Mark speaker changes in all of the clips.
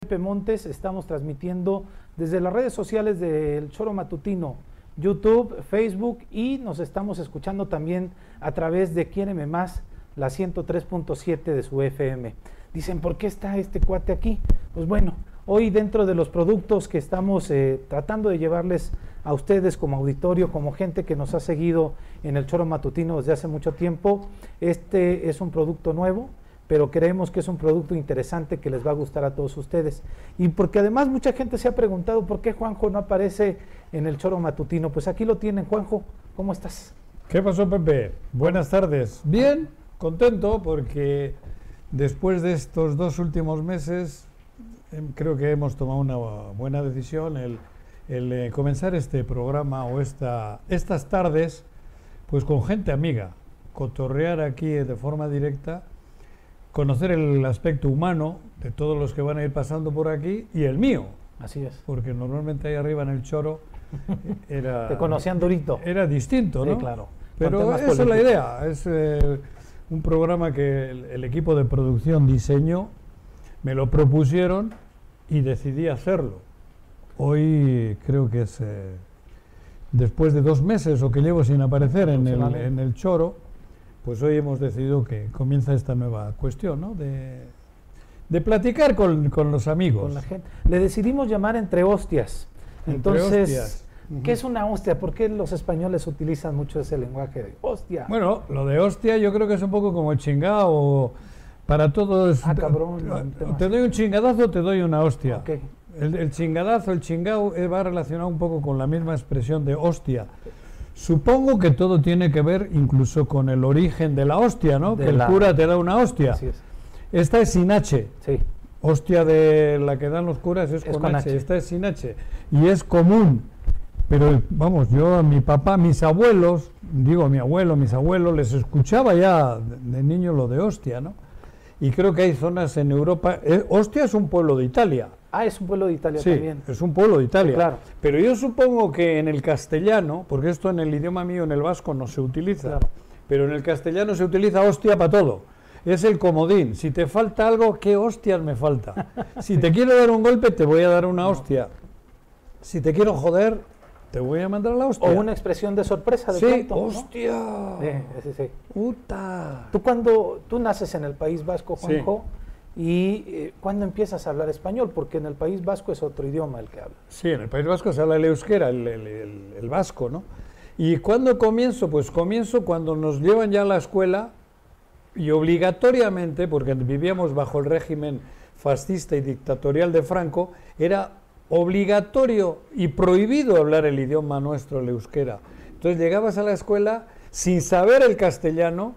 Speaker 1: Pepe Montes, estamos transmitiendo desde las redes sociales del Choro Matutino, YouTube, Facebook y nos estamos escuchando también a través de Quiéreme Más, la 103.7 de su FM. Dicen, ¿por qué está este cuate aquí? Pues bueno, hoy dentro de los productos que estamos eh, tratando de llevarles a ustedes como auditorio, como gente que nos ha seguido en el Choro Matutino desde hace mucho tiempo, este es un producto nuevo pero creemos que es un producto interesante que les va a gustar a todos ustedes. Y porque además mucha gente se ha preguntado por qué Juanjo no aparece en el choro matutino. Pues aquí lo tienen, Juanjo, ¿cómo estás?
Speaker 2: ¿Qué pasó, Pepe? Buenas tardes. Bien, contento porque después de estos dos últimos meses eh, creo que hemos tomado una buena decisión el, el eh, comenzar este programa o esta, estas tardes pues con gente amiga, cotorrear aquí eh, de forma directa conocer el aspecto humano de todos los que van a ir pasando por aquí y el mío,
Speaker 1: Así es.
Speaker 2: porque normalmente ahí arriba en el choro era,
Speaker 1: Te conocían durito.
Speaker 2: era distinto,
Speaker 1: Sí,
Speaker 2: Eh, ¿no?
Speaker 1: claro. Con
Speaker 2: Pero
Speaker 1: temas
Speaker 2: esa es la
Speaker 1: políticos.
Speaker 2: idea, es eh, un programa que el, el equipo de producción diseñó, me lo propusieron y decidí hacerlo. Hoy creo que es, eh, después de dos meses o que llevo sin aparecer en el,
Speaker 1: Aproximadamente.
Speaker 2: en el choro, pues hoy hemos decidido que comienza esta nueva cuestión, ¿no? De, de platicar con, con los amigos.
Speaker 1: Con la gente. Le decidimos llamar entre hostias.
Speaker 2: Entre
Speaker 1: Entonces,
Speaker 2: hostias.
Speaker 1: ¿qué es una hostia? ¿Por qué los españoles utilizan mucho ese lenguaje de hostia?
Speaker 2: Bueno, lo de hostia yo creo que es un poco como el chingado. Para todos.
Speaker 1: Ah, cabrón,
Speaker 2: Te,
Speaker 1: temas.
Speaker 2: te doy un chingadazo, te doy una hostia.
Speaker 1: Ok.
Speaker 2: El, el chingadazo, el chingao eh, va relacionado un poco con la misma expresión de hostia. Supongo que todo tiene que ver incluso con el origen de la hostia, ¿no?
Speaker 1: De
Speaker 2: que el
Speaker 1: la-
Speaker 2: cura te da una hostia.
Speaker 1: Así es.
Speaker 2: Esta es sin H.
Speaker 1: Sí.
Speaker 2: Hostia de la que dan los curas es,
Speaker 1: Es
Speaker 2: con,
Speaker 1: con
Speaker 2: H.
Speaker 1: H.
Speaker 2: Esta es sin H. Y es común. Pero vamos, yo a mi papá, mis abuelos, digo a mi abuelo, mis abuelos, les escuchaba ya de, de niño lo de hostia, ¿no? Y creo que hay zonas en Europa. eh, hostia es un pueblo de Italia.
Speaker 1: Ah, es un pueblo de Italia
Speaker 2: Sí,
Speaker 1: también.
Speaker 2: es un pueblo de Italia.
Speaker 1: Claro.
Speaker 2: Pero yo supongo que en el castellano, porque esto en el idioma mío, en el vasco, no se utiliza,
Speaker 1: Claro.
Speaker 2: pero en el castellano se utiliza hostia para todo. Es el comodín. Si te falta algo, ¿qué hostias me falta? Si te quiero dar un golpe, te voy a dar una hostia. Si te quiero joder, te voy a mandar la hostia.
Speaker 1: O una expresión de sorpresa de
Speaker 2: Sí,
Speaker 1: pronto, ¿no?
Speaker 2: hostia.
Speaker 1: Eh, sí, sí.
Speaker 2: Puta.
Speaker 1: Tú cuando tú naces en el País Vasco, Juanjo, y eh, cuando empiezas a hablar español, porque en el País Vasco es otro idioma el que habla.
Speaker 2: Sí, en el País Vasco se habla el euskera, el, el- el- el vasco, ¿no? ¿Y cuándo comienzo? Pues comienzo cuando nos llevan ya a la escuela y obligatoriamente, porque vivíamos bajo el régimen fascista y dictatorial de Franco, era obligatorio y prohibido hablar el idioma nuestro, el euskera. Entonces llegabas a la escuela sin saber el castellano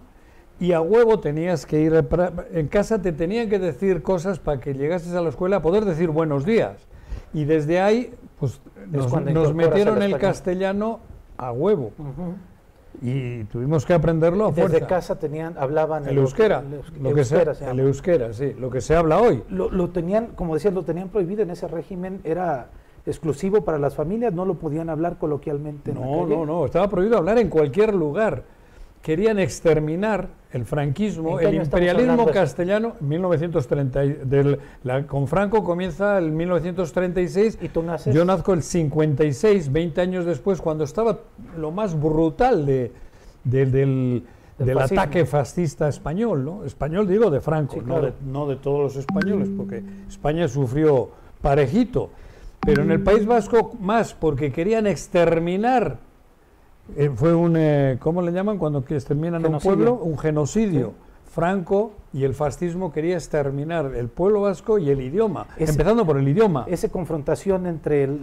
Speaker 2: y a huevo tenías que ir, a pra- en casa te tenían que decir cosas para que llegases a la escuela a poder decir buenos días. Y desde ahí, pues nos,
Speaker 1: cuando
Speaker 2: nos
Speaker 1: incorporas
Speaker 2: metieron
Speaker 1: el
Speaker 2: el
Speaker 1: español.
Speaker 2: castellano a huevo y tuvimos que aprenderlo a
Speaker 1: Desde
Speaker 2: fuerza.
Speaker 1: casa tenían, hablaban
Speaker 2: El euskera,
Speaker 1: el eus-
Speaker 2: lo que se-
Speaker 1: euskera se
Speaker 2: el
Speaker 1: llama.
Speaker 2: euskera, sí, lo que se habla hoy.
Speaker 1: Lo, lo tenían, como decías, lo tenían prohibido en ese régimen, era exclusivo para las familias, no lo podían hablar coloquialmente. en la
Speaker 2: No,
Speaker 1: calle.
Speaker 2: no, no, estaba prohibido hablar en cualquier lugar. Querían exterminar el franquismo,
Speaker 1: ¿En qué
Speaker 2: el
Speaker 1: año estamos hablando
Speaker 2: imperialismo
Speaker 1: de esto?
Speaker 2: castellano, 1930, y- del, la- con Franco comienza el 1936,
Speaker 1: Y tú naces.
Speaker 2: yo nazco el 56, 20 años después, cuando estaba lo más brutal de, del- del,
Speaker 1: Del
Speaker 2: del
Speaker 1: fascismo.
Speaker 2: ataque fascista español, ¿no? Español digo de Franco,
Speaker 1: Sí,
Speaker 2: no,
Speaker 1: claro.
Speaker 2: de, no de todos los españoles, porque España sufrió parejito. Pero en el País Vasco más, porque querían exterminar. eh, fue un, eh, ¿cómo le llaman cuando que exterminan a un
Speaker 1: Genocidio.
Speaker 2: pueblo? Un genocidio. Franco y el fascismo quería exterminar el pueblo vasco y el idioma,
Speaker 1: Ese-
Speaker 2: empezando por el idioma.
Speaker 1: Esa confrontación entre el,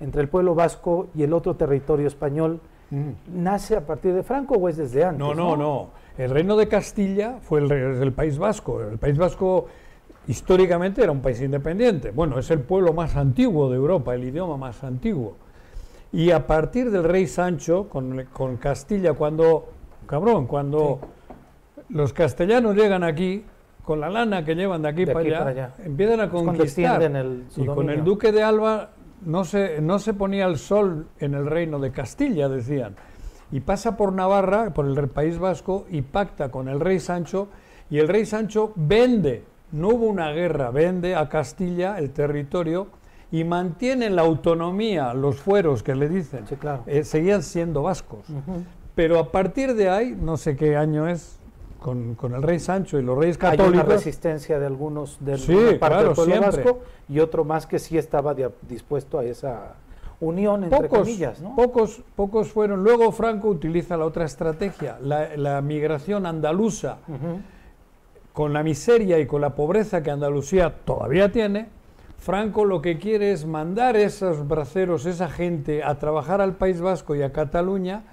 Speaker 1: entre el pueblo vasco y el otro territorio español,
Speaker 2: Mm.
Speaker 1: ¿nace a partir de Franco o es desde antes?
Speaker 2: No, no, no. El reino de Castilla fue el, re- el País Vasco. El País Vasco históricamente era un país independiente. Bueno, es el pueblo más antiguo de Europa, el idioma más antiguo. Y a partir del rey Sancho con, con Castilla, cuando, cabrón, cuando los castellanos llegan aquí, con la lana que llevan de aquí,
Speaker 1: De
Speaker 2: para,
Speaker 1: aquí
Speaker 2: allá,
Speaker 1: para allá.
Speaker 2: empiezan a
Speaker 1: cuando
Speaker 2: conquistar.
Speaker 1: extienden el- su
Speaker 2: y con
Speaker 1: dominio.
Speaker 2: el duque de Alba no se, no se ponía el sol en el reino de Castilla, decían. Y pasa por Navarra, por el País Vasco, y pacta con el rey Sancho, y el rey Sancho vende no hubo una guerra, vende a Castilla el territorio y mantienen la autonomía, los fueros que le dicen,
Speaker 1: Sí, claro. Mm.
Speaker 2: eh, seguían siendo vascos.
Speaker 1: Ujú.
Speaker 2: Pero a partir de ahí, no sé qué año es, con, con el rey Sancho y los reyes
Speaker 1: Hay una
Speaker 2: católicos,
Speaker 1: resistencia de algunos de
Speaker 2: Sí,
Speaker 1: alguna parte
Speaker 2: claro,
Speaker 1: del pueblo
Speaker 2: siempre.
Speaker 1: vasco y otro más que sí estaba de- dispuesto a esa unión entre
Speaker 2: pocos,
Speaker 1: comillas, ¿no?
Speaker 2: pocos, pocos fueron. Luego Franco utiliza la otra estrategia, la, la migración andaluza,
Speaker 1: Ujú.
Speaker 2: con la miseria y con la pobreza que Andalucía todavía tiene. Franco lo que quiere es mandar esos braceros, esa gente, a trabajar al País Vasco y a Cataluña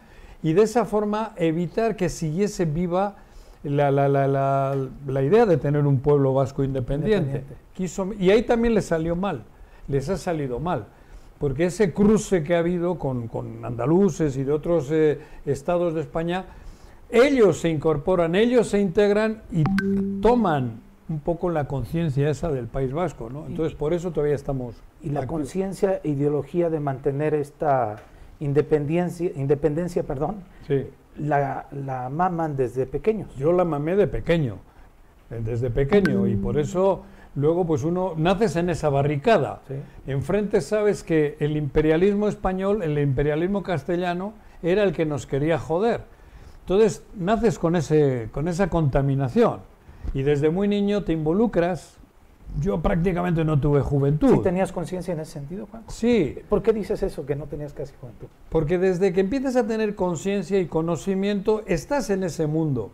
Speaker 2: y de esa forma evitar que siguiese viva la, la- la- la- la idea de tener un pueblo vasco independiente.
Speaker 1: Independiente.
Speaker 2: Quiso- y ahí también le salió mal, les ha salido mal, porque ese cruce que ha habido con, con andaluces y de otros eh, estados de España, ellos se incorporan, ellos se integran y toman un poco la conciencia esa del País Vasco, ¿no? Entonces por eso todavía estamos
Speaker 1: Y la
Speaker 2: activos.
Speaker 1: conciencia, ideología de mantener esta independencia, independencia, perdón,
Speaker 2: Sí.
Speaker 1: la, la maman desde pequeños.
Speaker 2: Yo la mamé de pequeño, eh, desde pequeño, y por eso luego pues uno naces en esa barricada.
Speaker 1: Sí.
Speaker 2: Enfrente sabes que el imperialismo español, el imperialismo castellano, era el que nos quería joder. Entonces naces con, ese, con esa contaminación y desde muy niño te involucras. Yo prácticamente no tuve juventud.
Speaker 1: ¿Sí tenías conciencia en ese sentido, Juan?
Speaker 2: Sí,
Speaker 1: ¿Por qué dices eso, que no tenías casi juventud?
Speaker 2: porque desde que empiezas a tener conciencia y conocimiento, estás en ese mundo.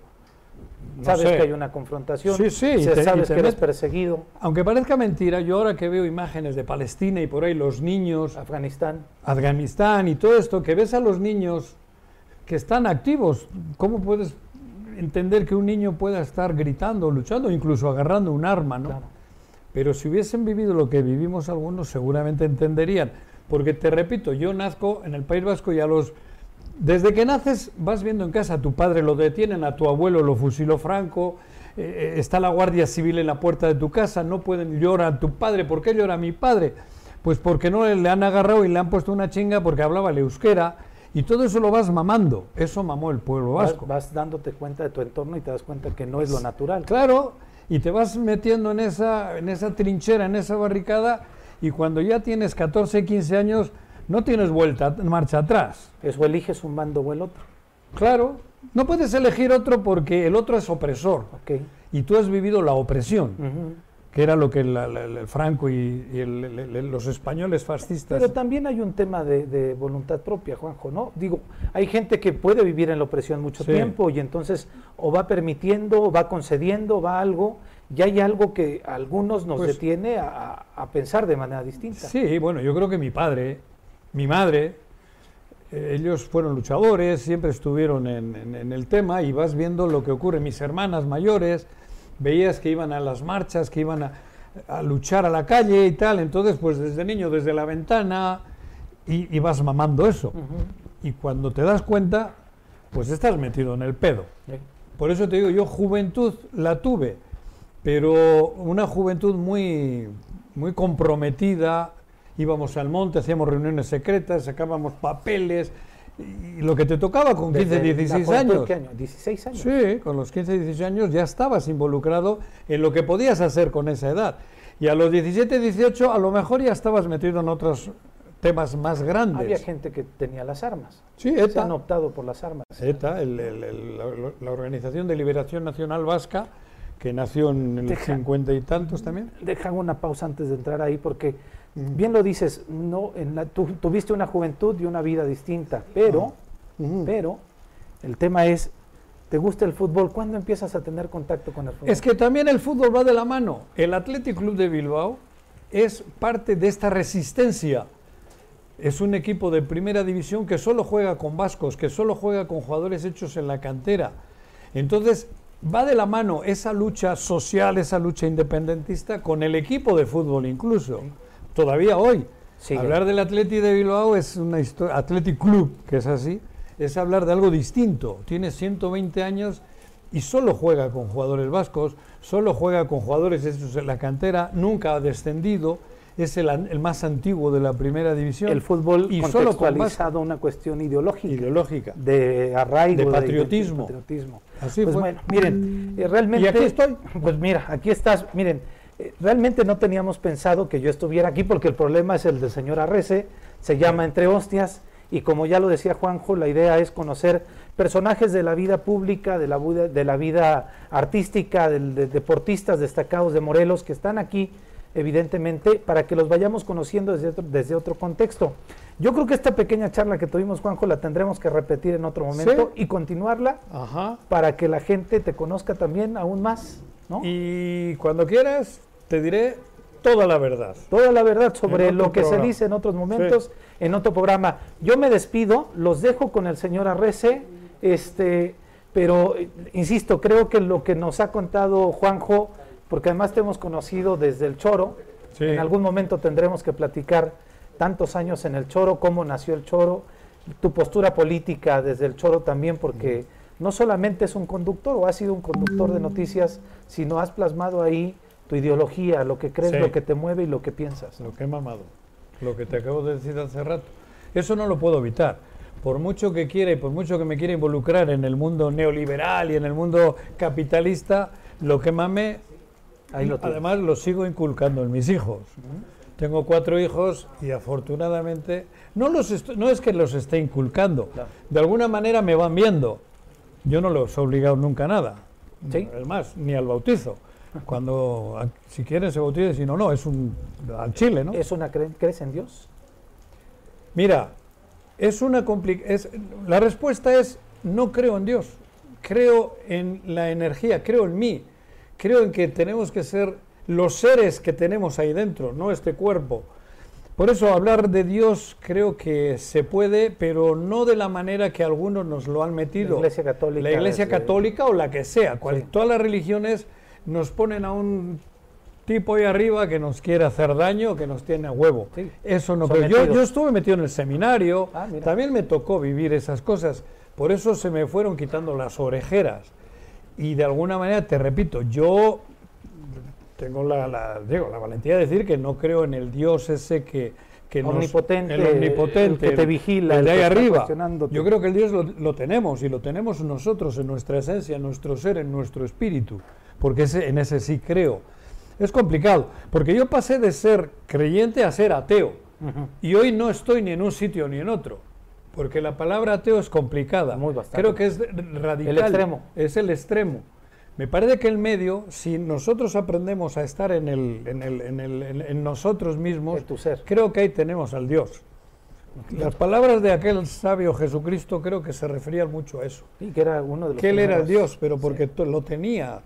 Speaker 2: No
Speaker 1: sabes
Speaker 2: sé.
Speaker 1: que hay una confrontación,
Speaker 2: Sí, sí, y
Speaker 1: se-
Speaker 2: te- y
Speaker 1: sabes
Speaker 2: te
Speaker 1: que eres
Speaker 2: met-
Speaker 1: perseguido,
Speaker 2: Aunque parezca mentira, yo ahora que veo imágenes de Palestina y por ahí los niños,
Speaker 1: Afganistán,
Speaker 2: Afganistán y todo esto, que ves a los niños que están activos, ¿cómo puedes entender que un niño pueda estar gritando, luchando, incluso agarrando un arma? ¿no?
Speaker 1: claro.
Speaker 2: Pero si hubiesen vivido lo que vivimos algunos, seguramente entenderían. Porque te repito, yo nazco en el País Vasco y a los... Desde que naces vas viendo en casa, a tu padre lo detienen, a tu abuelo lo fusiló Franco, eh, eh, está la Guardia Civil en la puerta de tu casa, no pueden llorar a tu padre. ¿Por qué llora mi padre? Pues porque no le- le han agarrado y le han puesto una chinga porque hablaba el euskera y todo eso lo vas mamando. Eso mamó el pueblo
Speaker 1: Vas,
Speaker 2: vasco. Pues,
Speaker 1: vas dándote cuenta de tu entorno y te das cuenta que no es lo natural.
Speaker 2: Claro, y te vas metiendo en esa, en esa trinchera, en esa barricada, y cuando ya tienes 14, 15 años, no tienes vuelta, marcha atrás.
Speaker 1: Eso eliges un bando o el otro.
Speaker 2: Claro, no puedes elegir otro porque el otro es opresor,
Speaker 1: Ok.
Speaker 2: y tú has vivido la opresión,
Speaker 1: Ujú.
Speaker 2: que era lo que la- la- la- el Franco y, y el- el- el- los españoles fascistas.
Speaker 1: Pero también hay un tema de, de voluntad propia, Juanjo, ¿no? Digo, hay gente que puede vivir en la opresión mucho
Speaker 2: Sí.
Speaker 1: tiempo y entonces o va permitiendo, o va concediendo, va algo, y hay algo que a algunos nos
Speaker 2: Pues-
Speaker 1: detiene a, a pensar de manera distinta.
Speaker 2: Sí, bueno, yo creo que mi padre, mi madre, eh, ellos fueron luchadores, siempre estuvieron en, en- en el tema y vas viendo lo que ocurre. Mis hermanas mayores, veías que iban a las marchas, que iban a, a luchar a la calle y tal, entonces pues desde niño, desde la ventana, y, y vas mamando eso.
Speaker 1: Ujú.
Speaker 2: Y cuando te das cuenta, pues estás metido en el pedo.
Speaker 1: Sí.
Speaker 2: Por eso te digo, yo juventud la tuve, pero una juventud muy, muy comprometida. Íbamos al monte, hacíamos reuniones secretas, sacábamos papeles, y y lo que te tocaba con 15,
Speaker 1: Desde la
Speaker 2: 16
Speaker 1: juventud,
Speaker 2: años.
Speaker 1: ¿Qué año? 16 años.
Speaker 2: Sí, con los 15, 16 años ya estabas involucrado en lo que podías hacer con esa edad. Y a los 17, 18 a lo mejor ya estabas metido en otros temas más grandes.
Speaker 1: Había gente que tenía las armas.
Speaker 2: Sí,
Speaker 1: Se
Speaker 2: ETA.
Speaker 1: han optado por las armas.
Speaker 2: ETA, el- el- el- la, la Organización de Liberación Nacional Vasca, que nació en el
Speaker 1: Teja.
Speaker 2: 50 y tantos también.
Speaker 1: Deja una pausa antes de entrar ahí porque bien lo dices, no, en la- tú tuviste una juventud y una vida distinta, pero,
Speaker 2: Ah. Pero-
Speaker 1: pero el tema es, ¿te gusta el fútbol? ¿Cuándo empiezas a tener contacto con el fútbol?
Speaker 2: Es que también el fútbol va de la mano. El Athletic Club de Bilbao es parte de esta resistencia. Es un equipo de primera división que solo juega con vascos, que solo juega con jugadores hechos en la cantera. Entonces, va de la mano esa lucha social, esa lucha independentista con el equipo de fútbol incluso. Todavía hoy.
Speaker 1: Sigue.
Speaker 2: Hablar del Atleti de Bilbao es una historia, Athletic Club, que es así, es hablar de algo distinto. Tiene 120 años y solo juega con jugadores vascos, solo juega con jugadores hechos en la cantera, nunca ha descendido. es el, an- el más antiguo de la primera división.
Speaker 1: El fútbol
Speaker 2: y solo con base
Speaker 1: contextualizado a una cuestión ideológica,
Speaker 2: ideológica.
Speaker 1: de arraigo,
Speaker 2: De
Speaker 1: identi-
Speaker 2: patriotismo.
Speaker 1: patriotismo.
Speaker 2: Así
Speaker 1: pues
Speaker 2: fue.
Speaker 1: bueno, miren, eh, realmente.
Speaker 2: Y aquí estoy.
Speaker 1: Pues mira, aquí estás. Miren, eh, realmente no teníamos pensado que yo estuviera aquí porque el problema es el del señor Arrece, se llama Entre Hostias. Y como ya lo decía Juanjo, la idea es conocer personajes de la vida pública, de la vida, de la vida artística, del- de deportistas destacados de Morelos que están aquí, evidentemente, para que los vayamos conociendo desde otro, desde otro contexto. Yo creo que esta pequeña charla que tuvimos, Juanjo, la tendremos que repetir en otro momento y continuarla
Speaker 2: Ajá.
Speaker 1: para que la gente te conozca también aún más, ¿no?
Speaker 2: Y cuando quieras, te diré toda la verdad.
Speaker 1: Toda la verdad sobre
Speaker 2: En otro
Speaker 1: lo que se
Speaker 2: programa.
Speaker 1: dice en otros momentos, en otro programa. Yo me despido, los dejo con el señor Arrece, este, pero eh, insisto, creo que lo que nos ha contado Juanjo, porque además te hemos conocido desde el Choro,
Speaker 2: Sí.
Speaker 1: en algún momento tendremos que platicar tantos años en el Choro, cómo nació el Choro, tu postura política desde el Choro también, porque no solamente es un conductor o has sido un conductor de noticias, sino has plasmado ahí tu ideología, lo que crees,
Speaker 2: Sí.
Speaker 1: lo que te mueve y lo que piensas.
Speaker 2: Lo que he mamado, lo que te acabo de decir hace rato. Eso no lo puedo evitar. Por mucho que quiera y por mucho que me quiera involucrar en el mundo neoliberal y en el mundo capitalista, lo que mame,
Speaker 1: Ahí lo tienes.
Speaker 2: además lo sigo inculcando en mis hijos. Tengo cuatro hijos y afortunadamente no, los est- no es que los esté inculcando,
Speaker 1: Claro.
Speaker 2: de alguna manera me van viendo. Yo no los he obligado nunca a nada.
Speaker 1: Sí.
Speaker 2: Es más, ni al bautizo. Cuando, a- si quieren, se bautizan, si no, no, es un, al chile, ¿no?
Speaker 1: ¿Es una cre- crees en Dios?
Speaker 2: Mira, es una compli- es la respuesta es no creo en Dios, creo en la energía, creo en mí, creo en que tenemos que ser los seres que tenemos ahí dentro, no este cuerpo. Por eso hablar de Dios creo que se puede, pero no de la manera que algunos nos lo han metido.
Speaker 1: La Iglesia Católica
Speaker 2: La Iglesia
Speaker 1: desde-
Speaker 2: Católica o la que sea, cual-
Speaker 1: Sí.
Speaker 2: todas las religiones nos ponen a un tipo ahí arriba que nos quiere hacer daño, que nos tiene a huevo.
Speaker 1: Sí.
Speaker 2: Eso no creo. Yo,
Speaker 1: Sometidos.
Speaker 2: yo estuve metido en el seminario,
Speaker 1: Ah, mira.
Speaker 2: también me tocó vivir esas cosas, por eso se me fueron quitando las orejeras. Y de alguna manera, te repito, yo tengo la, la- digo, la valentía de decir que no creo en el Dios ese que... que nos-
Speaker 1: Omnipotente,
Speaker 2: el omnipotente,
Speaker 1: el que te vigila,
Speaker 2: el
Speaker 1: el que
Speaker 2: de ahí
Speaker 1: está
Speaker 2: arriba.
Speaker 1: cuestionándote.
Speaker 2: Yo creo que el Dios lo, lo tenemos y lo tenemos nosotros en nuestra esencia, en nuestro ser, en nuestro espíritu, porque ese- en ese sí creo. Es complicado, porque yo pasé de ser creyente a ser ateo. Y hoy no estoy ni en un sitio ni en otro, porque la palabra ateo es complicada.
Speaker 1: Muy bastante.
Speaker 2: Creo que es r- radical.
Speaker 1: El extremo.
Speaker 2: Es el extremo. Me parece que el medio, si nosotros aprendemos a estar en, el, en, el- en el- en- en nosotros mismos,
Speaker 1: En tu ser.
Speaker 2: creo que ahí tenemos al Dios. Las palabras de aquel sabio Jesucristo creo que se referían mucho a eso
Speaker 1: Sí, que era uno de los
Speaker 2: que él era el
Speaker 1: primeros-
Speaker 2: Dios, pero porque to- lo tenía.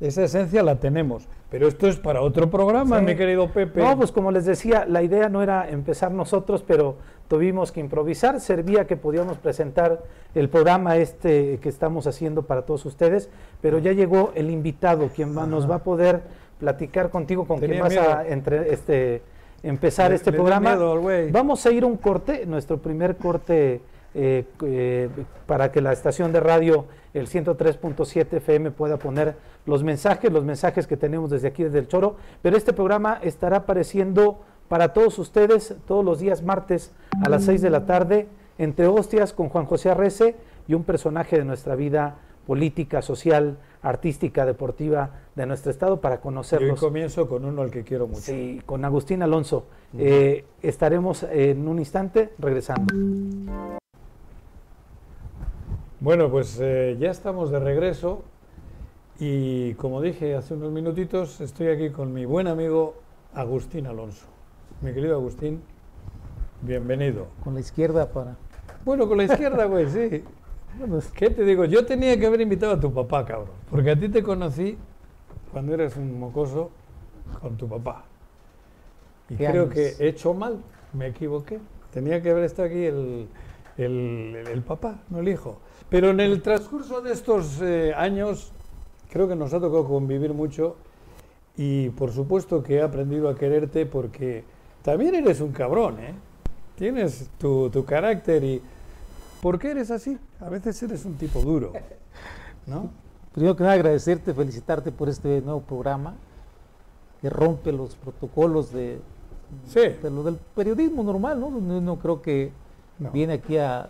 Speaker 2: Esa esencia la tenemos. Pero esto es para otro programa,
Speaker 1: Sí.
Speaker 2: mi querido Pepe.
Speaker 1: No, pues como les decía, la idea no era empezar nosotros, pero tuvimos que improvisar. Servía que podíamos presentar el programa este que estamos haciendo para todos ustedes, pero ya llegó el invitado, quien va- nos va a poder platicar contigo, con
Speaker 2: Tenía
Speaker 1: quien vas a
Speaker 2: miedo.
Speaker 1: entre, este, empezar
Speaker 2: Le-
Speaker 1: este
Speaker 2: le dio
Speaker 1: programa.
Speaker 2: miedo al güey.
Speaker 1: Vamos a ir a un corte, nuestro primer corte eh, eh, para que la estación de radio, el 103.7 FM, pueda poner los mensajes, los mensajes que tenemos desde aquí, desde el Choro. Pero este programa estará apareciendo para todos ustedes todos los días martes a las 6 de la tarde, entre hostias con Juan José Arrece y un personaje de nuestra vida política, social, artística, deportiva de nuestro estado para
Speaker 2: Yo hoy
Speaker 1: conocerlos.
Speaker 2: comienzo con uno al que quiero mucho.
Speaker 1: Sí, con Agustín Alonso. Eh, estaremos en un instante regresando.
Speaker 2: Bueno, pues eh, ya estamos de regreso y como dije hace unos minutitos, estoy aquí con mi buen amigo Agustín Alonso. Mi querido Agustín, bienvenido.
Speaker 3: Con la izquierda para.
Speaker 2: Bueno, con la izquierda, güey, sí.
Speaker 3: Bueno, es-
Speaker 2: ¿Qué te digo? Yo tenía que haber invitado a tu papá, cabrón. Porque a ti te conocí cuando eras un mocoso con tu papá. Y
Speaker 3: ¿Qué
Speaker 2: creo
Speaker 3: años?
Speaker 2: que he hecho mal, me equivoqué. Tenía que haber estado aquí el, el- el- el papá, no el hijo. Pero en el transcurso de estos eh, años, creo que nos ha tocado convivir mucho. Y por supuesto que he aprendido a quererte porque también eres un cabrón, ¿eh? Tienes tu, tu carácter y... ¿Por qué eres así? A veces eres un tipo duro, ¿no?
Speaker 3: Primero que nada, agradecerte, felicitarte por este nuevo programa que rompe los protocolos de
Speaker 2: Sí.
Speaker 3: de lo del periodismo normal, ¿no? No, no creo que
Speaker 2: No.
Speaker 3: viene aquí a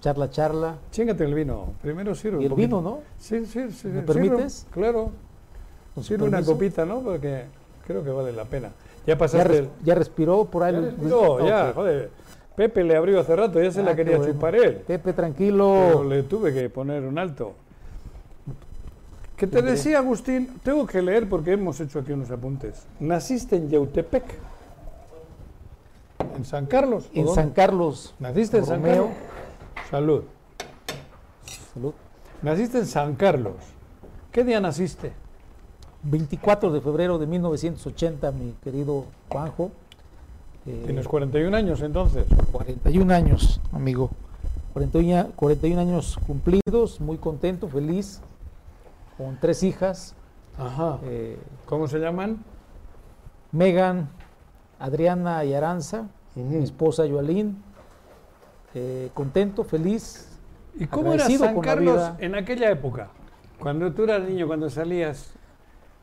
Speaker 3: charla, charla.
Speaker 2: Chíngate el vino. Primero sirve. un
Speaker 3: Y el
Speaker 2: poquito.
Speaker 3: vino, ¿no?
Speaker 2: Sí, sí, sí.
Speaker 3: ¿Me
Speaker 2: sí,
Speaker 3: permites?
Speaker 2: sirve, claro.
Speaker 3: Con su
Speaker 2: Sirve una
Speaker 3: permiso.
Speaker 2: copita, ¿no? Porque creo que vale la pena. Ya
Speaker 3: Ya,
Speaker 2: pasaste.
Speaker 3: res- ya respiró por ahí.
Speaker 2: el-
Speaker 3: el-
Speaker 2: ya respiró,
Speaker 3: Ah,
Speaker 2: ya,
Speaker 3: ok.
Speaker 2: joder. Pepe le abrió hace rato, ya se
Speaker 3: Ah,
Speaker 2: la
Speaker 3: qué
Speaker 2: quería
Speaker 3: bueno.
Speaker 2: chupar él.
Speaker 3: Pepe,
Speaker 2: Pero
Speaker 3: tranquilo.
Speaker 2: le tuve que poner un alto. Que te decía Agustín, tengo que leer porque hemos hecho aquí unos apuntes. Naciste en Yautepec, en San Carlos. ¿o
Speaker 3: En
Speaker 2: dónde?
Speaker 3: San Carlos.
Speaker 2: Naciste en San
Speaker 3: Romeo.
Speaker 2: Carlos. Salud.
Speaker 3: Salud.
Speaker 2: Naciste en San Carlos. ¿Qué día naciste?
Speaker 3: Eh. 24 de febrero de 1980, mi querido Juanjo. Eh,
Speaker 2: Tienes 41 años entonces.
Speaker 3: 41 años, amigo. 41, a- 41 años cumplidos, muy contento, feliz, con tres hijas,
Speaker 2: Ajá.
Speaker 3: eh,
Speaker 2: ¿Cómo se llaman?
Speaker 3: Megan, Adriana y Aranza, mi esposa Joalín, eh, contento, feliz.
Speaker 2: ¿Y cómo era
Speaker 3: agradecido
Speaker 2: San
Speaker 3: con la
Speaker 2: Carlos
Speaker 3: vida.
Speaker 2: en aquella época? Cuando tú eras niño, cuando salías,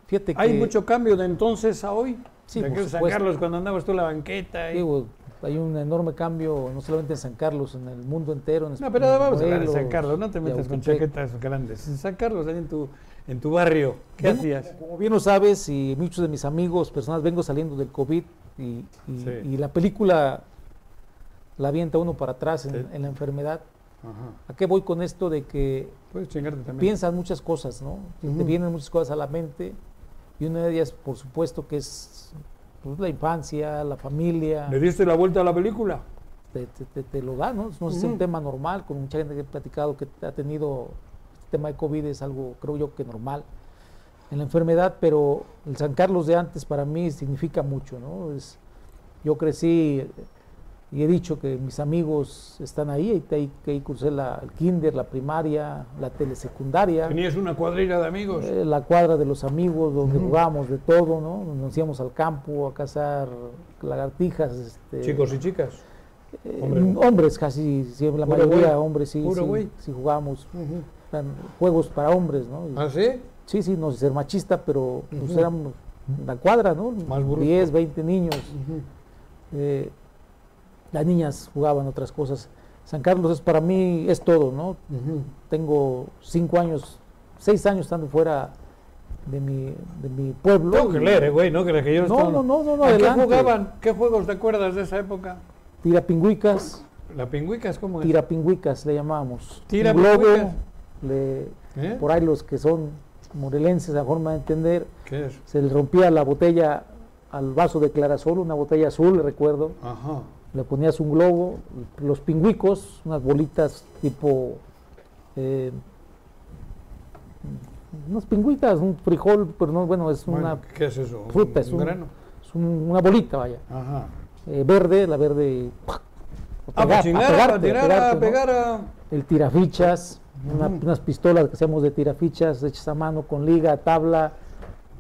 Speaker 3: Fíjate que
Speaker 2: ¿Hay mucho cambio de entonces a hoy?
Speaker 3: Sí,
Speaker 2: de
Speaker 3: por
Speaker 2: aquel San
Speaker 3: supuesto.
Speaker 2: Carlos, cuando andabas tú en la banqueta. y-
Speaker 3: digo, hay un enorme cambio, no solamente en San Carlos, en el mundo entero. En
Speaker 2: No, pero ahora vamos a hablar de San
Speaker 3: Morelos,
Speaker 2: Carlos, no te
Speaker 3: de
Speaker 2: metas con
Speaker 3: Autepec.
Speaker 2: chaquetas grandes. En San Carlos, ahí en tu, en tu barrio, ¿qué
Speaker 3: Vengo,
Speaker 2: hacías?
Speaker 3: Como bien lo sabes, y muchos de mis amigos, personas, vengo saliendo del COVID y, y-
Speaker 2: Sí.
Speaker 3: y la película la avienta uno para atrás en,
Speaker 2: Sí.
Speaker 3: en la enfermedad.
Speaker 2: Ajá.
Speaker 3: ¿A qué voy con esto de que
Speaker 2: Puedes chingarte también.
Speaker 3: piensas muchas cosas, ¿no? Se Te
Speaker 2: Ujú.
Speaker 3: vienen muchas cosas a la mente y una de ellas, por supuesto, que es pues, la infancia, la familia,
Speaker 2: ¿Le diste la vuelta a la película?
Speaker 3: te, te- te- te lo da, ¿no? No es
Speaker 2: Ujú.
Speaker 3: un tema normal, con mucha gente que he platicado que ha tenido este tema de COVID, es algo, creo yo, que normal en la enfermedad, pero el San Carlos de antes para mí significa mucho, ¿no? Es, yo crecí y he dicho que mis amigos están ahí, y ahí, que ahí cursé la, el kinder, la primaria, la telesecundaria.
Speaker 2: ¿Tenías una cuadrilla de amigos?
Speaker 3: Eh, la cuadra de los amigos, donde jugábamos de todo, ¿no? Nos íbamos al campo a cazar lagartijas. Este,
Speaker 2: Chicos y chicas.
Speaker 3: eh,
Speaker 2: hombres, ¿no?
Speaker 3: hombres casi, siempre, la
Speaker 2: Puro
Speaker 3: mayoría
Speaker 2: güey.
Speaker 3: hombres, sí,
Speaker 2: Puro güey.
Speaker 3: sí, sí jugábamos. Eran juegos para hombres, ¿no? Y-
Speaker 2: ¿Ah, sí?
Speaker 3: Sí, sí, no ser machista, pero pues
Speaker 2: Ujú.
Speaker 3: éramos la cuadra, ¿no?
Speaker 2: Más burro.
Speaker 3: 10, 20 niños. Eh, las niñas jugaban otras cosas. San Carlos es para mí, es todo, ¿no? Tengo cinco años, seis años estando fuera de mi, de mi pueblo.
Speaker 2: Tengo que
Speaker 3: y-
Speaker 2: leer, eh, güey, no crees que yo
Speaker 3: No,
Speaker 2: estaba-
Speaker 3: no, no, no, no,
Speaker 2: ¿A qué
Speaker 3: adelante.
Speaker 2: jugaban? ¿Qué juegos te acuerdas de esa época?
Speaker 3: Tirapingüicas,
Speaker 2: ¿La pingüica es como
Speaker 3: tirapingüicas le llamábamos. Un
Speaker 2: Tirapingüicas.
Speaker 3: le
Speaker 2: ¿Eh?
Speaker 3: por ahí los que son morelenses, a forma de entender,
Speaker 2: ¿Qué es?
Speaker 3: se le rompía la botella al vaso de clarasol, una botella azul, recuerdo,
Speaker 2: Ajá.
Speaker 3: le ponías un globo, los pingüicos, unas bolitas tipo, eh, unas pingüitas, un frijol, pero no, bueno, es
Speaker 2: Bueno,
Speaker 3: una,
Speaker 2: ¿Qué es eso? ¿Un-
Speaker 3: fruta, es
Speaker 2: un
Speaker 3: un-
Speaker 2: grano?
Speaker 3: es un- una bolita, vaya,
Speaker 2: Ajá.
Speaker 3: eh, verde, la verde, ¡pac! a
Speaker 2: Ah,
Speaker 3: Pues pegar-
Speaker 2: para
Speaker 3: a
Speaker 2: chingar,
Speaker 3: pegarte,
Speaker 2: para tirar,
Speaker 3: pegarte,
Speaker 2: a
Speaker 3: ¿no?
Speaker 2: pegar
Speaker 3: el tirafichas, una- unas pistolas que hacemos de tirafichas hechas a mano con liga, tabla,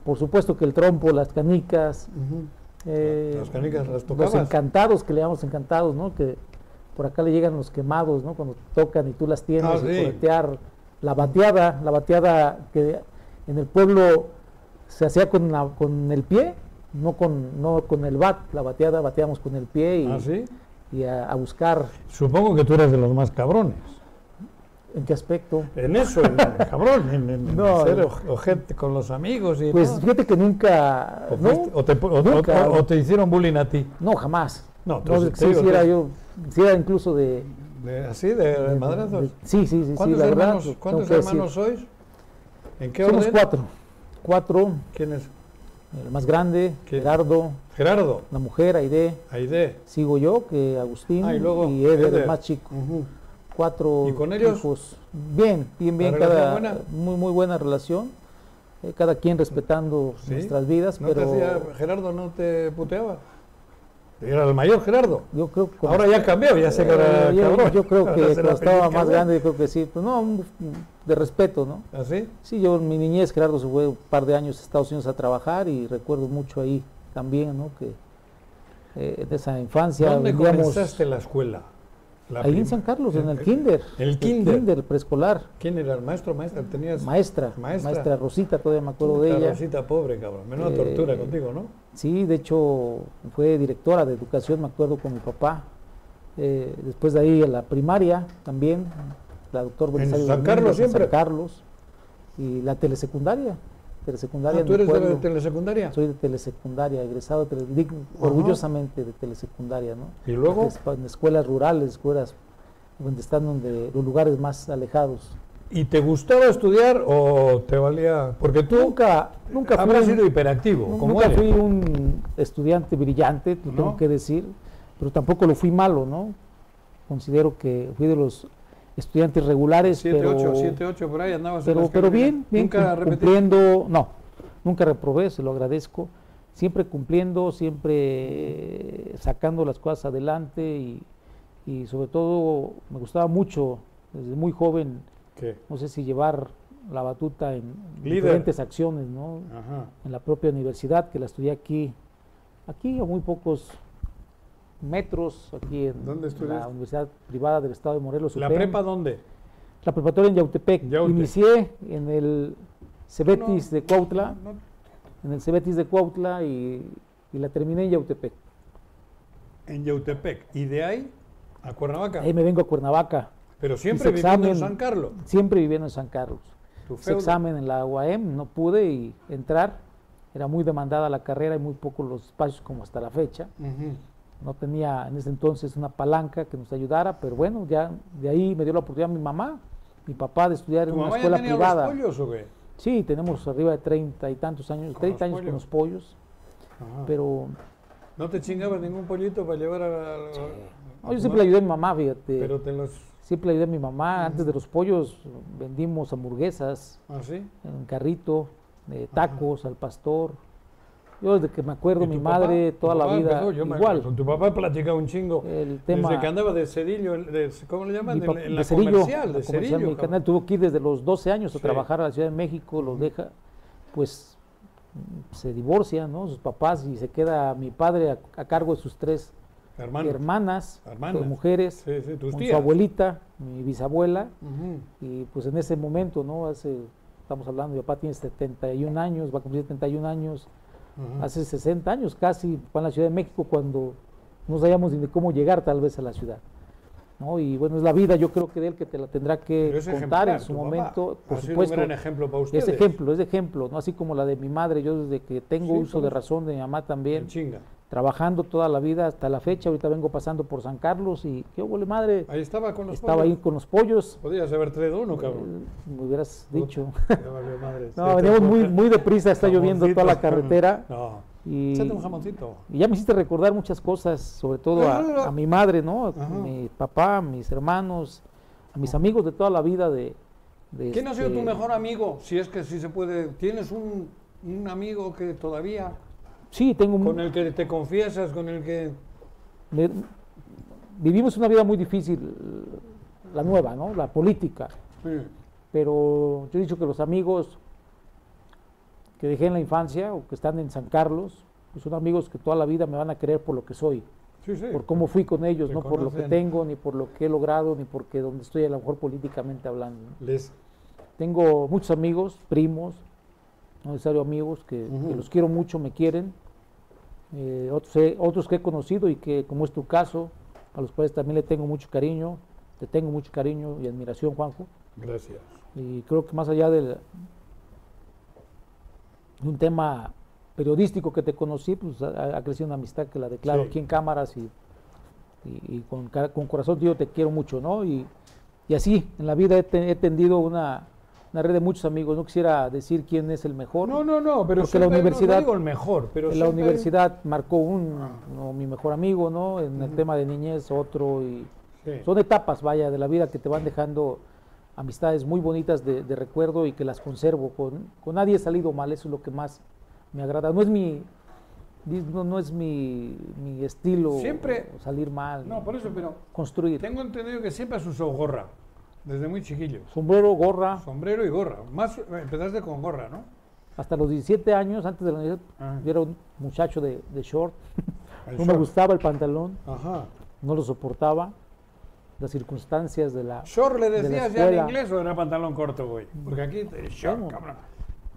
Speaker 3: por supuesto que el trompo, las canicas, eh,
Speaker 2: Las canicas las
Speaker 3: los
Speaker 2: tocabas.
Speaker 3: encantados que le llamamos encantados, ¿no? Que por acá le llegan los quemados, ¿no? Cuando tocan y tú las tienes
Speaker 2: Ah,
Speaker 3: y
Speaker 2: sí.
Speaker 3: corretear, la bateada, la bateada que en el pueblo se hacía con, la- con el pie, no con, no con el bat, la bateada bateamos con el pie y,
Speaker 2: ¿Ah, sí?
Speaker 3: y a, a buscar
Speaker 2: Supongo que tú eras de los más cabrones.
Speaker 3: en qué aspecto.
Speaker 2: En eso, en- cabrón, en, en
Speaker 3: No,
Speaker 2: ser
Speaker 3: no.
Speaker 2: oj- ojete con los amigos y
Speaker 3: Pues
Speaker 2: todo.
Speaker 3: fíjate que nunca,
Speaker 2: o,
Speaker 3: no,
Speaker 2: fuiste- o te, o-
Speaker 3: nunca.
Speaker 2: o- o te hicieron bullying a ti.
Speaker 3: no, jamás.
Speaker 2: No,
Speaker 3: No,
Speaker 2: entonces te
Speaker 3: sí,
Speaker 2: digo,
Speaker 3: sí era
Speaker 2: tú-
Speaker 3: yo, sí era incluso de...
Speaker 2: de- así, de, de
Speaker 3: de-
Speaker 2: madrazos.
Speaker 3: de- Sí, sí, sí, sí,
Speaker 2: ¿Cuántos
Speaker 3: la verdad.
Speaker 2: hermanos,
Speaker 3: tengo
Speaker 2: cuántos
Speaker 3: que decir.
Speaker 2: hermanos sois? ¿En qué
Speaker 3: Somos
Speaker 2: orden?
Speaker 3: cuatro. Cuatro,
Speaker 2: ¿Quién es?
Speaker 3: el más grande,
Speaker 2: ¿Quién?
Speaker 3: Gerardo,
Speaker 2: Gerardo,
Speaker 3: la mujer, Aide,
Speaker 2: Aide.
Speaker 3: sigo yo, que Agustín
Speaker 2: Ah, y luego
Speaker 3: Eder,
Speaker 2: Eder.
Speaker 3: el más chico.
Speaker 2: Ujú.
Speaker 3: Cuatro
Speaker 2: ¿Y con ellos?
Speaker 3: hijos. Bien, bien, bien.
Speaker 2: ¿La
Speaker 3: Cada,
Speaker 2: relación
Speaker 3: Muy, muy buena relación. eh, cada quien respetando
Speaker 2: Sí,
Speaker 3: nuestras vidas,
Speaker 2: ¿No
Speaker 3: pero
Speaker 2: te hacía, Gerardo no te puteaba? Era el mayor, Gerardo.
Speaker 3: yo creo que... con-
Speaker 2: Pues Ahora ya cambió, ya se
Speaker 3: eh,
Speaker 2: era
Speaker 3: yo-
Speaker 2: cabrón.
Speaker 3: yo creo que
Speaker 2: Ahora será
Speaker 3: cuando estaba
Speaker 2: feliz,
Speaker 3: más
Speaker 2: cabrón.
Speaker 3: grande, yo creo que sí. Pues no, un- de respeto, ¿no?
Speaker 2: ¿Así?
Speaker 3: Sí, yo en mi niñez, Gerardo se fue un par de años a Estados Unidos a trabajar y recuerdo mucho ahí también, ¿no? Que eh, de esa infancia
Speaker 2: ¿Dónde
Speaker 3: vivíamos
Speaker 2: comenzaste la escuela? La
Speaker 3: Ahí en
Speaker 2: prim-
Speaker 3: San Carlos, en el kinder.
Speaker 2: el kinder.
Speaker 3: preescolar.
Speaker 2: ¿Quién era el maestro? Maestra, tenías.
Speaker 3: Maestra,
Speaker 2: Maestra.
Speaker 3: maestra. Rosita, todavía me acuerdo de
Speaker 2: Puta
Speaker 3: ella.
Speaker 2: Rosita, pobre cabrón. Menuda
Speaker 3: Eh,
Speaker 2: tortura contigo, ¿no? Ah,
Speaker 3: Sí, de hecho fue directora de educación, me acuerdo, con mi papá. Eh, después de ahí a la primaria también, la doctor Belisario
Speaker 2: San
Speaker 3: Domínguez,
Speaker 2: Carlos
Speaker 3: en
Speaker 2: siempre?
Speaker 3: San Carlos. Y la telesecundaria. Telesecundaria
Speaker 2: Ah,
Speaker 3: en
Speaker 2: ¿Tú
Speaker 3: mi
Speaker 2: eres de la
Speaker 3: pueblo.
Speaker 2: telesecundaria?
Speaker 3: Soy de telesecundaria, egresado de tele- dig- orgullosamente de telesecundaria, ¿no?
Speaker 2: ¿Y luego?
Speaker 3: En espa- En escuelas rurales, escuelas donde están donde los lugares más alejados.
Speaker 2: ¿Y te gustaba estudiar o te valía.? Porque tú
Speaker 3: Nunca, nunca fui
Speaker 2: habrás
Speaker 3: un-
Speaker 2: sido hiperactivo,
Speaker 3: Nu-
Speaker 2: como
Speaker 3: Nunca
Speaker 2: eres. pues.
Speaker 3: fui un estudiante brillante, te
Speaker 2: ¿No?
Speaker 3: tengo que decir, pero tampoco lo fui malo, ¿no? Considero que fui de los estudiantes regulares,
Speaker 2: 7,
Speaker 3: pero,
Speaker 2: 8, 7, 8, por ahí andabas. en
Speaker 3: pero,
Speaker 2: las
Speaker 3: pero
Speaker 2: carreras.
Speaker 3: bien, bien
Speaker 2: Nunca
Speaker 3: cum-
Speaker 2: repetí.
Speaker 3: cumpliendo, no, nunca reprobé, se lo agradezco, siempre cumpliendo, siempre eh, sacando las cosas adelante y, y sobre todo me gustaba mucho desde muy joven,
Speaker 2: ¿Qué?
Speaker 3: no sé si llevar la batuta en
Speaker 2: Líder.
Speaker 3: diferentes acciones, ¿no?
Speaker 2: Ajá.
Speaker 3: en la propia universidad, que la estudié aquí, aquí a muy pocos metros, aquí en
Speaker 2: ¿Dónde
Speaker 3: la
Speaker 2: estudiaste?
Speaker 3: Universidad Privada del Estado de Morelos.
Speaker 2: ¿La
Speaker 3: UPEM.
Speaker 2: prepa dónde?
Speaker 3: La preparatoria en Yautepec.
Speaker 2: Yaute.
Speaker 3: Inicié en el Cebetis
Speaker 2: No,
Speaker 3: de Cuautla,
Speaker 2: No,
Speaker 3: en el Cebetis de Cuautla y, y la terminé en Yautepec.
Speaker 2: en Yautepec. ¿Y de ahí? A Cuernavaca.
Speaker 3: Ahí me vengo a Cuernavaca,
Speaker 2: Pero siempre viviendo en
Speaker 3: Eh, examen.
Speaker 2: San Carlos.
Speaker 3: siempre viviendo en San Carlos.
Speaker 2: Tu
Speaker 3: Hice
Speaker 2: feudo.
Speaker 3: examen en la UAM, no pude y entrar. Era muy demandada la carrera y muy pocos los espacios como hasta la fecha.
Speaker 2: Ujú.
Speaker 3: No tenía en ese entonces una palanca que nos ayudara, pero bueno, ya de ahí me dio la oportunidad mi mamá, mi papá de estudiar
Speaker 2: ¿Tu
Speaker 3: en una
Speaker 2: mamá
Speaker 3: escuela
Speaker 2: ya tenía
Speaker 3: privada.
Speaker 2: los pollos o qué?
Speaker 3: Sí, tenemos arriba de treinta y tantos años,
Speaker 2: Con los
Speaker 3: treinta años
Speaker 2: pollos. Ah.
Speaker 3: con los pollos,
Speaker 2: Ajá.
Speaker 3: pero
Speaker 2: ¿No te chingabas ningún pollito para llevar a... la-
Speaker 3: no, yo siempre le ayudé a mi mamá, fíjate.
Speaker 2: Pero te los...
Speaker 3: Siempre le ayudé a mi mamá. Antes de los pollos vendimos hamburguesas
Speaker 2: ¿Así?
Speaker 3: en carrito, eh, tacos al pastor. Yo desde que me acuerdo, mi madre toda la vida igual.
Speaker 2: Con tu papá platicaba un chingo.
Speaker 3: El tema-
Speaker 2: Desde que andaba de Cedillo, el- de- ¿cómo le llaman?
Speaker 3: Mi
Speaker 2: En-
Speaker 3: pap-
Speaker 2: en
Speaker 3: de
Speaker 2: la
Speaker 3: Cedillo,
Speaker 2: comercial,
Speaker 3: la
Speaker 2: de
Speaker 3: comercial
Speaker 2: Cedillo.
Speaker 3: mexicana,
Speaker 2: cabrón.
Speaker 3: tuvo que ir desde los 12 años
Speaker 2: Sí.
Speaker 3: a trabajar a la Ciudad de México, los deja, pues mm, se divorcian, ¿no? Sus papás y se queda mi padre a, a cargo de sus tres
Speaker 2: Hermano.
Speaker 3: hermanas,
Speaker 2: Hermanas.
Speaker 3: dos mujeres,
Speaker 2: Sí, sí, tus
Speaker 3: con
Speaker 2: tías.
Speaker 3: su abuelita, mi bisabuela,
Speaker 2: Ujú.
Speaker 3: y pues en ese momento, ¿no? Hace, estamos hablando, mi papá tiene 71 años, va a cumplir 71 años,
Speaker 2: Ujú.
Speaker 3: hace 60 años casi, fue en la Ciudad de México cuando no sabíamos ni de cómo llegar tal vez a la ciudad. ¿no? Y bueno, es la vida, yo creo que de él que te la tendrá que
Speaker 2: Pero es
Speaker 3: contar
Speaker 2: ejemplar,
Speaker 3: en su
Speaker 2: tu papá.
Speaker 3: momento, por
Speaker 2: ha sido
Speaker 3: supuesto.
Speaker 2: un gran ejemplo para ustedes.
Speaker 3: es ejemplo, es ejemplo, ¿no? así como la de mi madre, yo desde que tengo
Speaker 2: Sí, pues.
Speaker 3: uso
Speaker 2: por
Speaker 3: de
Speaker 2: eso.
Speaker 3: razón de mi mamá también,
Speaker 2: En Chinga.
Speaker 3: trabajando toda la vida hasta la fecha, ahorita vengo pasando por San Carlos y qué huele madre,
Speaker 2: Ahí estaba con los
Speaker 3: estaba ahí
Speaker 2: pollos.
Speaker 3: con los pollos,
Speaker 2: Podías haber traído uno, cabrón.
Speaker 3: eh, me hubieras dicho.
Speaker 2: Ya valió madre.
Speaker 3: No,
Speaker 2: Sí,
Speaker 3: venimos
Speaker 2: te-
Speaker 3: muy, muy deprisa, está lloviendo toda la
Speaker 2: Jamoncito.
Speaker 3: carretera.
Speaker 2: No.
Speaker 3: Y,
Speaker 2: Échate un jamoncito.
Speaker 3: Y ya me hiciste recordar muchas cosas, sobre todo
Speaker 2: No, no, no.
Speaker 3: a, a mi madre, ¿no? A
Speaker 2: Ajá.
Speaker 3: mi papá, a mis hermanos, a mis amigos de toda la vida de... de
Speaker 2: ¿Quién ha sido
Speaker 3: este,
Speaker 2: tu mejor amigo? Si es que sí se puede. ¿Tienes un, un amigo que todavía.
Speaker 3: Sí, tengo... un-
Speaker 2: con el que te confiesas, con el que.
Speaker 3: me- vivimos una vida muy difícil, la nueva, ¿no? La política.
Speaker 2: Sí.
Speaker 3: Pero yo he dicho que los amigos que dejé en la infancia o que están en San Carlos, pues son amigos que toda la vida me van a querer por lo que soy.
Speaker 2: Sí, sí.
Speaker 3: por cómo fui con ellos,
Speaker 2: Te
Speaker 3: no por lo que
Speaker 2: conocen.
Speaker 3: tengo, ni por lo que he logrado, ni porque donde estoy a lo mejor políticamente hablando. ¿no?
Speaker 2: Les.
Speaker 3: Tengo muchos amigos, primos, no necesario amigos, que, que
Speaker 2: Ujú.
Speaker 3: los quiero mucho, me quieren. Eh, otros, he- otros que he conocido y que, como es tu caso, a los cuales también le tengo mucho cariño, te tengo mucho cariño y admiración, Juanjo.
Speaker 2: Gracias.
Speaker 3: Y creo que más allá del- de un tema periodístico que te conocí, pues ha, ha crecido una amistad que la declaro
Speaker 2: Sí.
Speaker 3: aquí en cámaras y, y- y con, ca- con corazón yo te quiero mucho, ¿no? Y, y así, en la vida he, te- he tendido una, una red de muchos amigos. No quisiera decir quién es el mejor.
Speaker 2: No, no, no, pero
Speaker 3: Porque la
Speaker 2: siempre- no-
Speaker 3: universidad-
Speaker 2: No, digo el mejor, pero.
Speaker 3: en la
Speaker 2: siempre- Ah.
Speaker 3: universidad marcó un, no, mi mejor amigo, ¿no? En el tema de niñez otro y...
Speaker 2: Sí.
Speaker 3: Son etapas, vaya, de la vida que te van dejando amistades muy bonitas de, de recuerdo y que las conservo. Con, con nadie he salido mal, eso es lo que más me agrada. No es mi, dis- no, no es mi, mi estilo
Speaker 2: Siempre-
Speaker 3: salir mal,
Speaker 2: No, por eso, pero.
Speaker 3: construir.
Speaker 2: Tengo entendido que siempre has usado gorra, desde muy chiquillos.
Speaker 3: Sombrero, gorra,
Speaker 2: Sombrero y gorra. Más eh, empezaste con gorra, ¿no?
Speaker 3: hasta los 17 años, antes de la universidad,
Speaker 2: Ah.
Speaker 3: yo era un muchacho de, de short.
Speaker 2: El
Speaker 3: no me
Speaker 2: short.
Speaker 3: gustaba el pantalón,
Speaker 2: Ajá.
Speaker 3: no lo soportaba. las circunstancias de la
Speaker 2: ¿Short le
Speaker 3: de la
Speaker 2: decías ya en
Speaker 3: escuela.
Speaker 2: inglés o era pantalón corto, güey? Porque aquí, te- short,
Speaker 3: ¿Cómo?
Speaker 2: cabrón.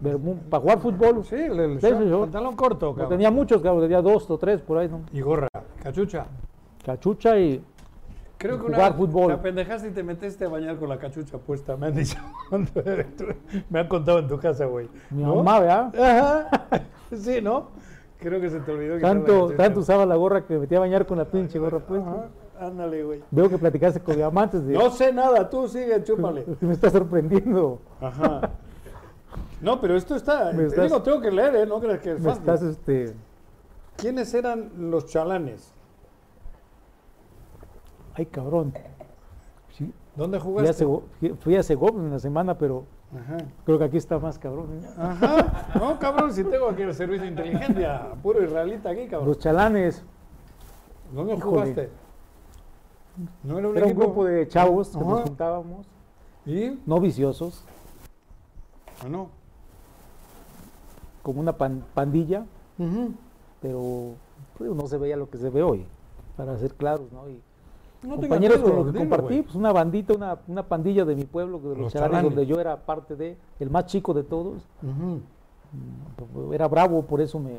Speaker 3: Bermu- para jugar fútbol.
Speaker 2: Sí, el, el
Speaker 3: Sí,
Speaker 2: short,
Speaker 3: sí, short.
Speaker 2: pantalón corto,
Speaker 3: No
Speaker 2: cabrón.
Speaker 3: tenía muchos, cabrón, tenía dos o tres por ahí, ¿no?
Speaker 2: Y gorra, cachucha.
Speaker 3: Cachucha y
Speaker 2: Creo que una
Speaker 3: Jugar
Speaker 2: vez
Speaker 3: fútbol.
Speaker 2: te apendejaste y te metiste a bañar con la cachucha puesta. Me han dicho, me han contado en tu casa, güey.
Speaker 3: mi
Speaker 2: ¿No?
Speaker 3: mamá, ¿verdad?
Speaker 2: Ajá. Sí, ¿no? Creo que se te olvidó. quitar la
Speaker 3: Tanto,
Speaker 2: cachucha.
Speaker 3: tanto usaba la gorra que me metía a bañar con la pinche gorra puesta.
Speaker 2: Ajá, Ándale, güey.
Speaker 3: Veo que platicaste con diamantes. de-
Speaker 2: No sé nada, tú sigue, chúpale.
Speaker 3: Me está sorprendiendo.
Speaker 2: Ajá. No, pero esto está.
Speaker 3: Me
Speaker 2: te
Speaker 3: estás-
Speaker 2: digo, tengo que leer, ¿eh? No creas que es
Speaker 3: Me
Speaker 2: fácil.
Speaker 3: estás, este.
Speaker 2: ¿Quiénes eran los chalanes?
Speaker 3: Ay, cabrón. Sí,
Speaker 2: ¿Dónde
Speaker 3: fui, a
Speaker 2: jugaste?
Speaker 3: Sego- fui- fui a Segovia una semana, pero
Speaker 2: Ajá.
Speaker 3: creo que aquí está más cabrón. ¿eh?
Speaker 2: Ajá. No, cabrón, si tengo aquí el servicio de inteligencia. Puro israelita aquí, cabrón.
Speaker 3: Los chalanes.
Speaker 2: ¿Dónde
Speaker 3: Pues, Híjole.
Speaker 2: jugaste? No era un,
Speaker 3: Era un
Speaker 2: equipo.
Speaker 3: grupo de chavos que nos
Speaker 2: Ajá.
Speaker 3: juntábamos,
Speaker 2: ¿Y?
Speaker 3: no viciosos,
Speaker 2: ¿O no?
Speaker 3: como una pan- pandilla, pero pues, no se veía lo que se ve hoy, para ser claros, ¿no? Y
Speaker 2: No tengas
Speaker 3: compañeros
Speaker 2: Pues miedo,
Speaker 3: con los que
Speaker 2: dilo,
Speaker 3: compartí,
Speaker 2: güey.
Speaker 3: pues una bandita, una, una pandilla de mi pueblo, de los,
Speaker 2: Los
Speaker 3: chalanes,
Speaker 2: chalanes.
Speaker 3: donde yo era parte de, el más chico de todos, Mm,
Speaker 2: Ujú.
Speaker 3: era bravo, por eso me,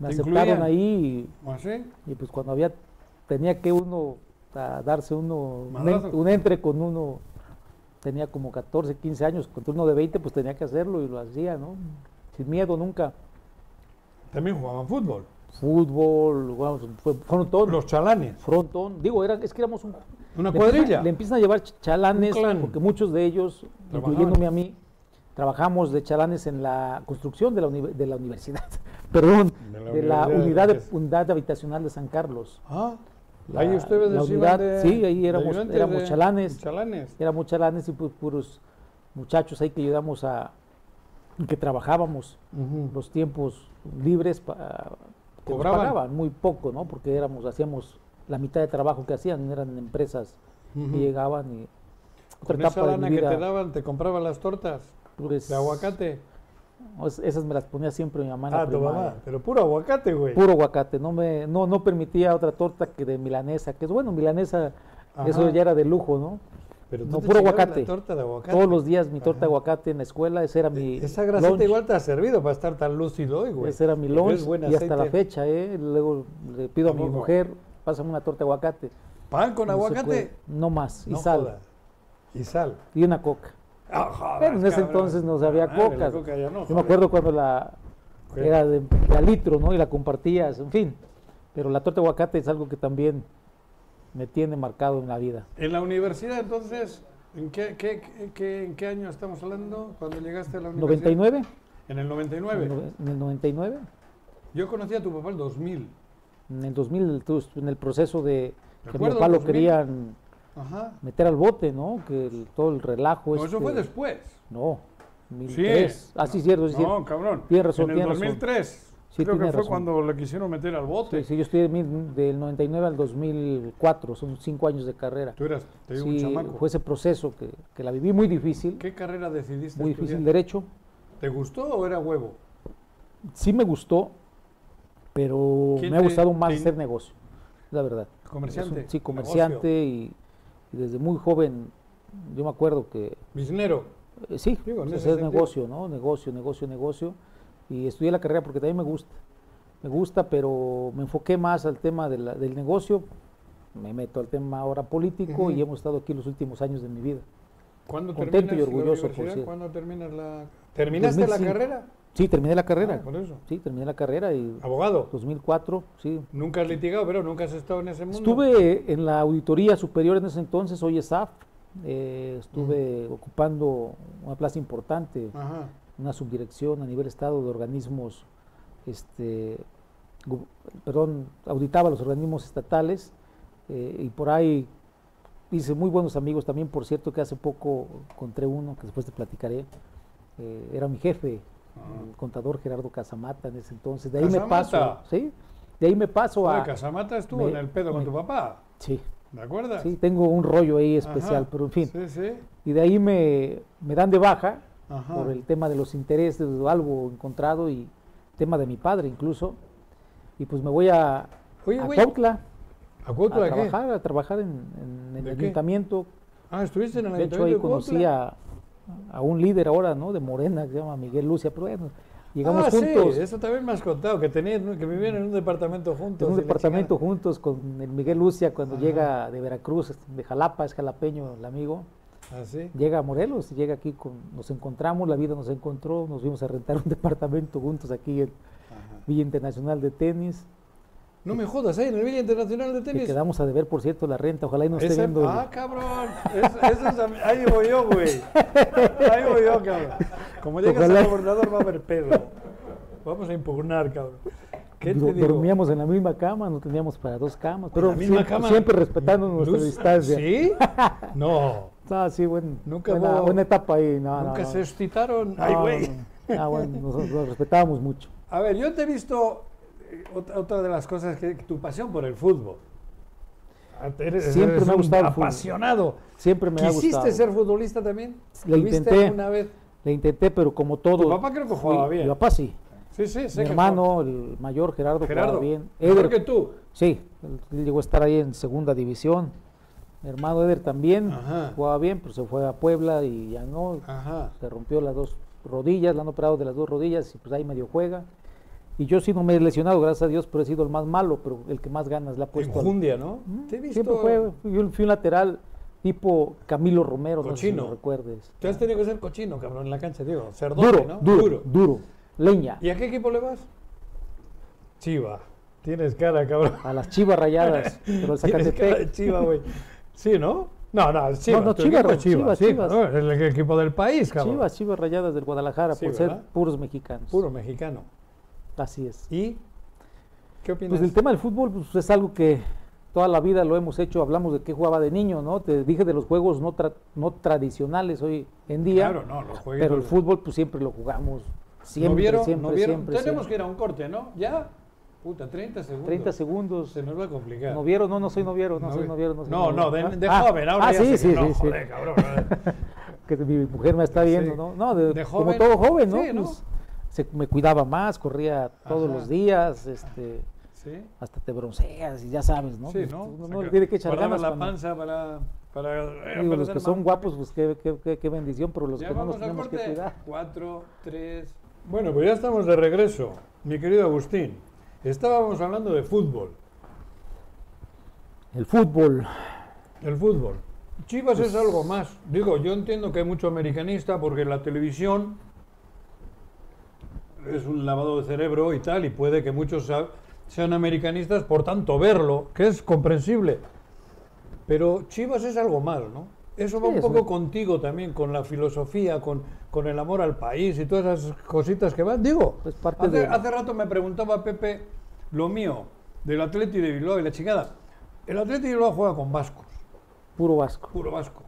Speaker 3: me
Speaker 2: ¿Te
Speaker 3: aceptaron
Speaker 2: incluían?
Speaker 3: ahí
Speaker 2: ¿Ah, sí?
Speaker 3: y, y, pues cuando había, tenía que uno a darse uno, un, en-
Speaker 2: Madrazo.
Speaker 3: un entre con uno, tenía como 14, 15 años, con turno de 20 pues tenía que hacerlo y lo hacía, ¿no? Sin miedo nunca.
Speaker 2: También jugaban fútbol.
Speaker 3: Fútbol, jugamos- fue- fueron todos,
Speaker 2: Los chalanes.
Speaker 3: frontón, digo, era, es que éramos un,
Speaker 2: Una
Speaker 3: le empiezan-
Speaker 2: cuadrilla.
Speaker 3: Le empiezan a llevar ch- chalanes,
Speaker 2: Un clan.
Speaker 3: porque muchos de ellos,
Speaker 2: Trabajaban.
Speaker 3: incluyéndome a mí, trabajamos de chalanes en la construcción de la, uni- de la universidad, perdón,
Speaker 2: De
Speaker 3: de
Speaker 2: la Universidad
Speaker 3: la,
Speaker 2: de
Speaker 3: unidad, de,
Speaker 2: Veracruz.
Speaker 3: unidad habitacional de San Carlos.
Speaker 2: Ah,
Speaker 3: La-
Speaker 2: ahí ustedes
Speaker 3: la
Speaker 2: les iban
Speaker 3: unidad,
Speaker 2: de-
Speaker 3: sí, ahí
Speaker 2: de
Speaker 3: éramos-
Speaker 2: ayudantes
Speaker 3: éramos
Speaker 2: de-
Speaker 3: chalanes.
Speaker 2: Chalanes.
Speaker 3: Éramos chalanes y pu- puros muchachos ahí que ayudamos a, que trabajábamos los tiempos libres pa- que nos
Speaker 2: Cobraban.
Speaker 3: pagaban muy poco, ¿no? Porque éramos, hacíamos la mitad de trabajo que hacían, eran empresas
Speaker 2: Ujú.
Speaker 3: que llegaban y otra
Speaker 2: Con esa
Speaker 3: etapa de
Speaker 2: lana
Speaker 3: mi
Speaker 2: que
Speaker 3: vida,
Speaker 2: te daban, te compraban las tortas
Speaker 3: pues,
Speaker 2: de aguacate.
Speaker 3: o es- Esas me las ponía siempre mi mamá en la
Speaker 2: Ah, tu
Speaker 3: primaria.
Speaker 2: mamá. Pero puro aguacate, güey.
Speaker 3: Puro aguacate, no me, no, no permitía otra torta que de milanesa, que es bueno, milanesa, eso
Speaker 2: Ajá.
Speaker 3: ya era de lujo, ¿no?
Speaker 2: Pero tú
Speaker 3: no,
Speaker 2: te
Speaker 3: puro
Speaker 2: chingabas la
Speaker 3: aguacate.
Speaker 2: torta de aguacate.
Speaker 3: Todos los días mi torta
Speaker 2: Ajá.
Speaker 3: de
Speaker 2: E,
Speaker 3: aguacate en la escuela, ese era mi
Speaker 2: Esa grasita
Speaker 3: lunch,
Speaker 2: igual te ha servido para estar tan lúcido hoy, güey.
Speaker 3: ese era mi
Speaker 2: Pero
Speaker 3: lunch
Speaker 2: es buen
Speaker 3: y hasta la
Speaker 2: aceite.
Speaker 3: fecha, ¿eh? Luego le pido a mi
Speaker 2: Tampoco.
Speaker 3: mujer, pásame una torta de aguacate.
Speaker 2: Pan con
Speaker 3: No se
Speaker 2: aguacate.
Speaker 3: puede, No más, y
Speaker 2: No
Speaker 3: sal,
Speaker 2: jodas. Y sal.
Speaker 3: y una coca.
Speaker 2: Ah, jodas,
Speaker 3: Pero en ese
Speaker 2: cabrón. Ah,
Speaker 3: entonces no sabía
Speaker 2: Madre, la
Speaker 3: cocas.
Speaker 2: coca ya no,
Speaker 3: Yo me
Speaker 2: joder.
Speaker 3: acuerdo cuando la
Speaker 2: Joder.
Speaker 3: era de, de a litro, ¿no? Y la compartías, en fin. Pero la torta de aguacate es algo que también me tiene marcado en la vida.
Speaker 2: En la universidad, entonces, ¿en qué, qué- qué- qué- en qué año estamos hablando cuando llegaste a la universidad?
Speaker 3: ¿99?
Speaker 2: En el
Speaker 3: En
Speaker 2: 99.
Speaker 3: el nove- en el 99.
Speaker 2: Yo conocí a tu papá en 2000.
Speaker 3: En el 2000, tú estu- en el proceso de que mi
Speaker 2: Recuerdo
Speaker 3: papá lo
Speaker 2: 2000.
Speaker 3: querían
Speaker 2: Ajá.
Speaker 3: meter al bote, ¿no? Que el- todo el relajo.
Speaker 2: no, eso
Speaker 3: este-
Speaker 2: fue después.
Speaker 3: No, 2003. Ah, sí, cierto. sí,
Speaker 2: No,
Speaker 3: cierto.
Speaker 2: cabrón.
Speaker 3: Tienes razón,
Speaker 2: En el
Speaker 3: tienes razón.
Speaker 2: 2003.
Speaker 3: Sí,
Speaker 2: creo que
Speaker 3: tienes
Speaker 2: fue
Speaker 3: razón.
Speaker 2: cuando le quisieron meter al bote.
Speaker 3: Sí, sí, yo estoy de mil- del 99 al 2004, son cinco años de carrera.
Speaker 2: Tú eras, te digo, un
Speaker 3: Sí, pues,
Speaker 2: chamaco.
Speaker 3: fue ese proceso que, que la viví muy difícil,
Speaker 2: ¿Qué carrera decidiste
Speaker 3: muy
Speaker 2: estudiar?
Speaker 3: difícil ¿eh? derecho.
Speaker 2: ¿Te gustó o era huevo?
Speaker 3: Sí me gustó, pero
Speaker 2: ¿Quién
Speaker 3: me ha
Speaker 2: te-
Speaker 3: gustado más
Speaker 2: te-
Speaker 3: hacer negocio, la verdad.
Speaker 2: Comerciante.
Speaker 3: Es un- sí,
Speaker 2: negocio,
Speaker 3: comerciante y, y desde muy joven yo me acuerdo que
Speaker 2: Biznero.
Speaker 3: eh, sí,
Speaker 2: Digo, en
Speaker 3: pues,
Speaker 2: ese
Speaker 3: hacer
Speaker 2: sentido.
Speaker 3: negocio, ¿no? Negocio, negocio, negocio. Y estudié la carrera porque también me gusta. Me gusta, pero me enfoqué más al tema de la- del negocio. Me meto al tema ahora político
Speaker 2: Ujú.
Speaker 3: y hemos estado aquí los últimos años de mi vida.
Speaker 2: ¿Cuándo
Speaker 3: Contento y
Speaker 2: terminas la
Speaker 3: orgulloso, por
Speaker 2: universidad?
Speaker 3: cierto.
Speaker 2: ¿Cuándo terminas la... ¿Terminaste la
Speaker 3: 2005.
Speaker 2: carrera?
Speaker 3: Sí, terminé la carrera. Pues,
Speaker 2: Ah, por eso. Ah.
Speaker 3: Sí, terminé la carrera y
Speaker 2: Abogado.
Speaker 3: 2004, sí.
Speaker 2: Nunca has litigado, pero nunca has estado en ese mundo.
Speaker 3: Estuve en la auditoría superior en ese entonces, hoy es AF. eh, estuve ocupando una plaza importante,
Speaker 2: Ajá.
Speaker 3: una subdirección a nivel estado de organismos, este, gu- perdón, auditaba los organismos estatales eh, y por ahí hice muy buenos amigos también, por cierto que hace poco encontré uno que después te platicaré, eh, era mi jefe, el contador Gerardo Casamata en ese entonces, de ahí me paso,
Speaker 2: Ah. Casamata.
Speaker 3: ¿sí? De ahí me paso
Speaker 2: Joder,
Speaker 3: a...
Speaker 2: Casamata estuvo
Speaker 3: me-
Speaker 2: en el pedo con
Speaker 3: me-
Speaker 2: tu papá.
Speaker 3: Sí,
Speaker 2: ¿De acuerdas?
Speaker 3: sí, tengo un rollo ahí
Speaker 2: Ajá.
Speaker 3: especial, pero en fin.
Speaker 2: Sí, sí.
Speaker 3: Y de ahí me, me dan de baja
Speaker 2: Ajá.
Speaker 3: por el tema de los intereses o algo encontrado y tema de mi padre incluso. Y pues me voy a,
Speaker 2: Oye,
Speaker 3: a
Speaker 2: güey.
Speaker 3: Cuautla.
Speaker 2: ¿A
Speaker 3: a
Speaker 2: Cuautla qué?
Speaker 3: trabajar, a trabajar en, en el
Speaker 2: ¿De qué?
Speaker 3: ayuntamiento.
Speaker 2: Ah, estuviste en el
Speaker 3: De hecho, ahí
Speaker 2: Ayuntamiento de Cuautla?
Speaker 3: conocí a, a un líder ahora, ¿no? De Morena, que se llama Miguel Lucia, pero bueno, llegamos
Speaker 2: Ah, sí,
Speaker 3: juntos.
Speaker 2: eso también me has contado, que, tenían, que vivían en un departamento juntos.
Speaker 3: en un
Speaker 2: y la
Speaker 3: departamento
Speaker 2: chingada.
Speaker 3: juntos con el Miguel Lucia cuando
Speaker 2: Ajá.
Speaker 3: llega de Veracruz, este, de Jalapa, es jalapeño el amigo.
Speaker 2: Ah, sí.
Speaker 3: Llega a Morelos, llega aquí, con- nos encontramos, la vida nos encontró, nos vimos a rentar un departamento juntos aquí en
Speaker 2: Ajá.
Speaker 3: Villa Internacional de Tenis.
Speaker 2: No me jodas, ahí en el Villa Internacional de
Speaker 3: Que
Speaker 2: Tenis.
Speaker 3: quedamos a deber, por cierto, la renta. Ojalá y no esté
Speaker 2: Ese-
Speaker 3: viendo. el-
Speaker 2: ah, cabrón. Es- eso es a- ahí voy yo, güey. Ahí voy yo, cabrón. Como llegas
Speaker 3: Ojalá.
Speaker 2: al gobernador va a haber pedo. Vamos a impugnar, cabrón. Ah, ¿Qué
Speaker 3: Du-
Speaker 2: te digo?
Speaker 3: Dormíamos en la misma cama, no teníamos para dos camas, pero
Speaker 2: la misma
Speaker 3: siempre,
Speaker 2: cama.
Speaker 3: siempre respetando nuestra
Speaker 2: Luz-
Speaker 3: distancia.
Speaker 2: ¿Sí? No.
Speaker 3: Ah, sí, buen-
Speaker 2: Nunca
Speaker 3: buena,
Speaker 2: hubo-
Speaker 3: buena etapa ahí. No, no,
Speaker 2: Nunca
Speaker 3: no.
Speaker 2: se excitaron.
Speaker 3: No,
Speaker 2: Ay, güey.
Speaker 3: no, no. Ah, bueno, nos, nos respetábamos mucho.
Speaker 2: A ver, yo te he visto eh, otra, otra de las cosas que tu pasión por el fútbol. Ah, Eres,
Speaker 3: Siempre
Speaker 2: eres
Speaker 3: me ha
Speaker 2: un
Speaker 3: gustado el fútbol.
Speaker 2: apasionado.
Speaker 3: Siempre me ha
Speaker 2: ¿Quisiste
Speaker 3: gustado.
Speaker 2: ser futbolista también?
Speaker 3: Lo
Speaker 2: ¿Tuviste
Speaker 3: intenté.
Speaker 2: alguna vez?
Speaker 3: Le intenté, pero como todo.
Speaker 2: Tu papá creo que jugaba
Speaker 3: fui-
Speaker 2: bien.
Speaker 3: Mi papá sí.
Speaker 2: Sí, sí, sé
Speaker 3: Mi
Speaker 2: que
Speaker 3: hermano, el mayor Gerardo, jugaba
Speaker 2: Gerardo,
Speaker 3: bien.
Speaker 2: mejor
Speaker 3: Eder,
Speaker 2: que tú.
Speaker 3: sí, él, él llegó a estar ahí en segunda división. Mi hermano Eder también
Speaker 2: Ajá.
Speaker 3: jugaba bien, pero se fue a Puebla y ya no.
Speaker 2: Ajá.
Speaker 3: se rompió las dos rodillas, la han operado de las dos rodillas y pues ahí medio juega. Y yo sí no me he lesionado, gracias a Dios, pero he sido el más malo, pero el que más ganas le ha puesto. al-
Speaker 2: Enjundia, ¿no?
Speaker 3: Mm,
Speaker 2: Te he visto.
Speaker 3: Siempre fue, fui un, fui un lateral tipo Camilo Romero, no sé si lo
Speaker 2: Cochino.
Speaker 3: recuerdes.
Speaker 2: Tú has tenido que ser cochino, cabrón, en la cancha, digo. Cerdote,
Speaker 3: Duro,
Speaker 2: ¿no?
Speaker 3: duro, duro, leña.
Speaker 2: ¿Y a qué equipo le vas? Chiva. Tienes cara, cabrón.
Speaker 3: A las chivas rayadas, pero el
Speaker 2: Tienes cara de
Speaker 3: Zacatepec.
Speaker 2: Chiva, güey. Sí, ¿no? No, no, Chiva.
Speaker 3: No, no,
Speaker 2: tu
Speaker 3: Chivas,
Speaker 2: equipo es
Speaker 3: Chivas,
Speaker 2: sí,
Speaker 3: Chivas.
Speaker 2: claro, es el equipo del país, cabrón.
Speaker 3: Chivas, chivas rayadas del Guadalajara,
Speaker 2: Sí,
Speaker 3: por
Speaker 2: ¿verdad?
Speaker 3: ser puros mexicanos.
Speaker 2: Puro mexicano.
Speaker 3: Así es.
Speaker 2: ¿Y qué opinas?
Speaker 3: Pues el tema del fútbol pues, es algo que toda la vida lo hemos hecho, hablamos de qué jugaba de niño, ¿no? Te dije de los juegos no, tra- no tradicionales hoy en día,
Speaker 2: Claro, no, los juegos.
Speaker 3: pero el fútbol pues siempre lo jugamos, siempre,
Speaker 2: ¿No vieron?
Speaker 3: siempre,
Speaker 2: ¿No vieron?
Speaker 3: siempre.
Speaker 2: Tenemos que
Speaker 3: siempre.
Speaker 2: ir a un corte, ¿no? Ya. Puta, 30 segundos.
Speaker 3: 30 segundos.
Speaker 2: Se nos va a complicar.
Speaker 3: ¿No vieron? No, no soy noviero, no,
Speaker 2: No
Speaker 3: soy
Speaker 2: vi-
Speaker 3: noviero, no soy
Speaker 2: No, no,
Speaker 3: noviero.
Speaker 2: de, de
Speaker 3: Ah,
Speaker 2: joven, ahora
Speaker 3: ah,
Speaker 2: ya
Speaker 3: sí,
Speaker 2: sé que
Speaker 3: sí,
Speaker 2: no,
Speaker 3: sí, sí.
Speaker 2: joder, cabrón.
Speaker 3: que mi mujer me está viendo,
Speaker 2: Sí.
Speaker 3: ¿no? No, de-
Speaker 2: De
Speaker 3: como
Speaker 2: joven,
Speaker 3: todo joven, ¿no?
Speaker 2: sí, ¿no?
Speaker 3: Pues, se- me cuidaba más, corría todos
Speaker 2: Ajá.
Speaker 3: los días, este,
Speaker 2: Sí,
Speaker 3: hasta te bronceas y ya sabes, ¿no?
Speaker 2: sí,
Speaker 3: Pues,
Speaker 2: ¿no?
Speaker 3: uno
Speaker 2: Saca-
Speaker 3: le tiene que echar
Speaker 2: guardaba
Speaker 3: ganas
Speaker 2: la
Speaker 3: cuando-
Speaker 2: panza para... para eh,
Speaker 3: Digo, los
Speaker 2: perder
Speaker 3: que son
Speaker 2: masa.
Speaker 3: guapos, pues qué, qué- qué- qué bendición, pero los
Speaker 2: Ya
Speaker 3: que no
Speaker 2: vamos
Speaker 3: nos
Speaker 2: al
Speaker 3: tenemos que
Speaker 2: corte.
Speaker 3: cuidar.
Speaker 2: Cuatro, tres... Bueno, pues ya estamos de regreso, mi querido Agustín. Estábamos hablando de fútbol,
Speaker 3: El fútbol.
Speaker 2: el fútbol. Chivas es
Speaker 3: Pues
Speaker 2: algo más. Digo, yo entiendo que hay mucho americanista porque la televisión es un lavado de cerebro y tal, y puede que muchos sa- sean americanistas por tanto verlo, que es comprensible. Pero Chivas es algo más, ¿no? Eso va
Speaker 3: Sí,
Speaker 2: un
Speaker 3: es
Speaker 2: poco
Speaker 3: un-
Speaker 2: contigo también, con la filosofía, con, con el amor al país y todas esas cositas que van. Digo,
Speaker 3: Es Pues parte
Speaker 2: hace,
Speaker 3: de-
Speaker 2: hace rato me preguntaba Pepe lo mío, del Atleti de Bilbao y la chingada. El Atleti de Bilbao juega con vascos,
Speaker 3: Puro vasco.
Speaker 2: puro vasco.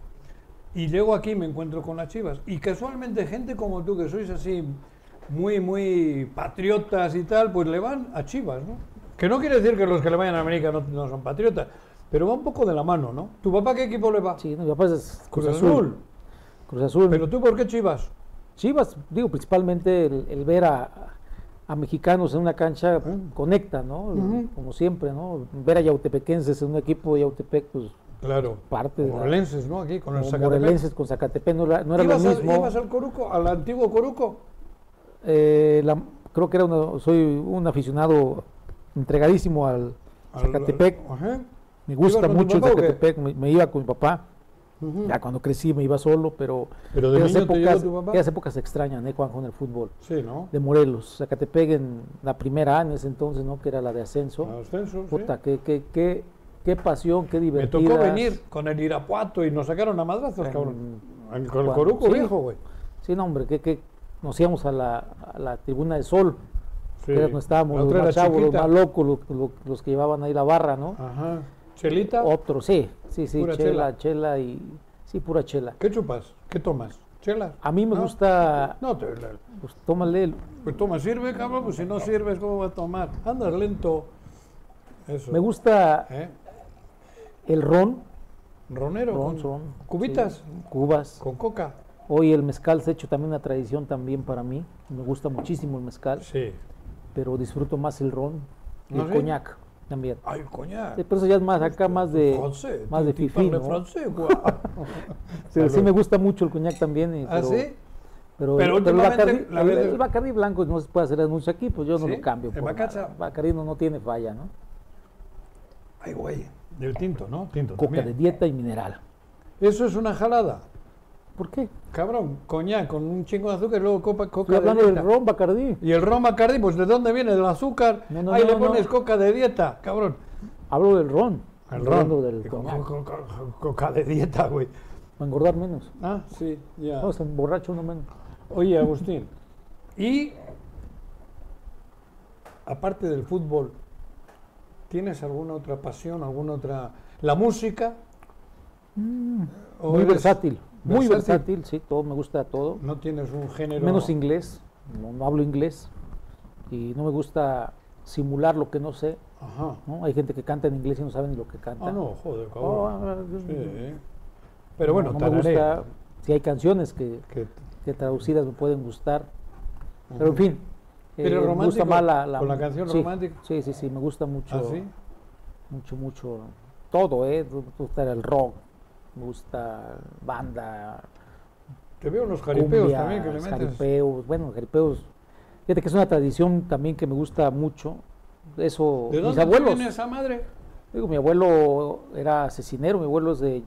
Speaker 2: Y llego aquí y me encuentro con las chivas. Y casualmente gente como tú, que sois así muy, muy patriotas y tal, pues le van a chivas, ¿no? Que no quiere decir que los que le vayan a América no, no son patriotas, pero va un poco de la mano, ¿no? ¿Tu papá qué equipo le va?
Speaker 3: Sí, no, mi papá es
Speaker 2: Cruz Azul.
Speaker 3: Cruz Azul.
Speaker 2: Pero tú, ¿por qué chivas?
Speaker 3: Chivas, digo, principalmente el, el ver a, a mexicanos en una cancha conecta, ¿no?
Speaker 2: Ujú.
Speaker 3: Como siempre, ¿no? Ver a yautepequenses en un equipo de Yautepec, pues
Speaker 2: Claro.
Speaker 3: parte de la-
Speaker 2: Morelenses, ¿no? Aquí con el
Speaker 3: o
Speaker 2: Zacatepec.
Speaker 3: morelenses con Zacatepec, no era, no era lo
Speaker 2: ¿Ibas, al-
Speaker 3: mismo.
Speaker 2: ibas al Coruco, al antiguo Coruco?
Speaker 3: Eh, la- creo que era una- soy un aficionado entregadísimo al
Speaker 2: Al-
Speaker 3: Zacatepec.
Speaker 2: al- ajá.
Speaker 3: Me gusta
Speaker 2: ¿Ibas con tu
Speaker 3: mucho el
Speaker 2: papá o qué?
Speaker 3: Zacatepec, me, me iba con mi papá.
Speaker 2: Ujú.
Speaker 3: Ya cuando crecí me iba solo, pero,
Speaker 2: Pero de
Speaker 3: esas,
Speaker 2: niño te llevó
Speaker 3: épocas,
Speaker 2: tu papá.
Speaker 3: esas épocas se extrañan, ¿eh, Juanjo, en el fútbol?
Speaker 2: Sí, ¿no?
Speaker 3: De Morelos, Zacatepec en la primera A en ese entonces, ¿no? Que era la de ascenso.
Speaker 2: Al ascenso, Ah, sí.
Speaker 3: Puta, qué, qué, qué, qué pasión, qué
Speaker 2: Me
Speaker 3: divertida.
Speaker 2: tocó venir con el Irapuato y nos sacaron a madrazos,
Speaker 3: En-
Speaker 2: cabrón. Al- Con el
Speaker 3: cuando-
Speaker 2: Coruco
Speaker 3: sí.
Speaker 2: viejo, güey.
Speaker 3: Sí, no, hombre, que, que nos íbamos a la, a la tribuna de sol.
Speaker 2: Sí.
Speaker 3: que era donde estábamos
Speaker 2: La
Speaker 3: los
Speaker 2: otra
Speaker 3: más
Speaker 2: era
Speaker 3: chavos, los
Speaker 2: chiquita.
Speaker 3: más locos, lo- lo- los que llevaban ahí la barra, ¿no?
Speaker 2: Ajá. ¿Chelita?
Speaker 3: Otro, sí, sí, sí,
Speaker 2: Ah. Pura
Speaker 3: chela, chela, y... Sí, pura chela.
Speaker 2: ¿Qué chupas? ¿Qué tomas? ¿Chela?
Speaker 3: A mí me
Speaker 2: ¿No?
Speaker 3: gusta,
Speaker 2: No, te, la-
Speaker 3: pues tómale el-
Speaker 2: pues toma, sirve, cabrón, pues si no sirves, ¿cómo va a tomar? Andas lento. Eso.
Speaker 3: me gusta
Speaker 2: ¿Eh?
Speaker 3: el ron,
Speaker 2: Ronero.
Speaker 3: Ron,
Speaker 2: con
Speaker 3: ron,
Speaker 2: Cubitas.
Speaker 3: cubas.
Speaker 2: Con coca.
Speaker 3: Hoy el mezcal se ha hecho también una tradición también para mí. Me gusta muchísimo el mezcal,
Speaker 2: Sí.
Speaker 3: pero disfruto más el ron y
Speaker 2: ¿Ah,
Speaker 3: el
Speaker 2: sí?
Speaker 3: coñac. también.
Speaker 2: Ay, coña.
Speaker 3: Sí, pero eso ya es más acá, más de,
Speaker 2: Francés,
Speaker 3: más de
Speaker 2: tu- tu
Speaker 3: fifí,
Speaker 2: parle
Speaker 3: ¿no?
Speaker 2: francés, guau. ¿Ah,
Speaker 3: Sí, sí
Speaker 2: Salud.
Speaker 3: me gusta mucho el coñac también. eh,
Speaker 2: ¿Ah,
Speaker 3: pero-
Speaker 2: sí? Pero
Speaker 3: Pero, el- pero el,
Speaker 2: últimamente,
Speaker 3: Bacardi,
Speaker 2: la
Speaker 3: el-
Speaker 2: vez-
Speaker 3: el Bacardi blanco no se puede hacer anuncio aquí, pues yo no
Speaker 2: ¿Sí?
Speaker 3: lo cambio.
Speaker 2: El
Speaker 3: por
Speaker 2: Bacacha.
Speaker 3: nada. Bacardi no, no tiene falla, ¿no?
Speaker 2: Ay, güey. Del tinto, ¿no? Tinto
Speaker 3: Coca
Speaker 2: también.
Speaker 3: de dieta y mineral.
Speaker 2: Eso es una jalada.
Speaker 3: ¿Por qué?
Speaker 2: Cabrón, coñac con un chingo de azúcar y luego copa, coca
Speaker 3: Estoy hablando
Speaker 2: de
Speaker 3: del
Speaker 2: dieta.
Speaker 3: ron Bacardi.
Speaker 2: Y el ron Bacardi, pues ¿de dónde viene? Del azúcar.
Speaker 3: No, no,
Speaker 2: Ahí le
Speaker 3: no, no.
Speaker 2: pones coca de dieta, cabrón.
Speaker 3: Hablo del ron.
Speaker 2: El
Speaker 3: Estoy
Speaker 2: ron.
Speaker 3: hablando del
Speaker 2: Y con-
Speaker 3: coñac.
Speaker 2: con- con- con- coca de dieta, güey.
Speaker 3: Para engordar menos.
Speaker 2: Ah, sí, ya.
Speaker 3: No, se emborracha uno menos.
Speaker 2: Oye, Agustín, y aparte del fútbol, ¿tienes alguna otra pasión, alguna otra... la música? ¿O
Speaker 3: Mm, Muy
Speaker 2: eres-
Speaker 3: versátil. Muy
Speaker 2: versátil?
Speaker 3: versátil, sí, todo me gusta todo.
Speaker 2: No tienes un género...
Speaker 3: Menos inglés, no, no hablo inglés. Y no me gusta simular lo que no sé.
Speaker 2: Ajá.
Speaker 3: ¿no? Hay gente que canta en inglés y no sabe ni lo que canta.
Speaker 2: Ah, no, joder,
Speaker 3: Oh,
Speaker 2: cabrón.
Speaker 3: ah,
Speaker 2: Sí. Pero bueno,
Speaker 3: no, no me
Speaker 2: tararea,
Speaker 3: gusta. Si hay canciones que,
Speaker 2: que-
Speaker 3: que traducidas me pueden gustar. Pero en
Speaker 2: Ujú.
Speaker 3: fin. eh,
Speaker 2: Pero
Speaker 3: me gusta
Speaker 2: romántico,
Speaker 3: más la, la-
Speaker 2: con la canción
Speaker 3: sí,
Speaker 2: romántica.
Speaker 3: Sí, sí, sí, me gusta mucho.
Speaker 2: ¿Ah, sí?
Speaker 3: Mucho, mucho. Todo, ¿eh? Me gusta el rock, me gusta banda,
Speaker 2: Te veo unos jaripeos
Speaker 3: cumbias,
Speaker 2: también que le metes.
Speaker 3: jaripeos. Bueno, jaripeos. Fíjate que es una tradición también que me gusta mucho. Eso,
Speaker 2: ¿De
Speaker 3: mis
Speaker 2: dónde
Speaker 3: abuelos.
Speaker 2: viene esa madre?
Speaker 3: Digo, mi abuelo era cecinero, mi abuelo es de,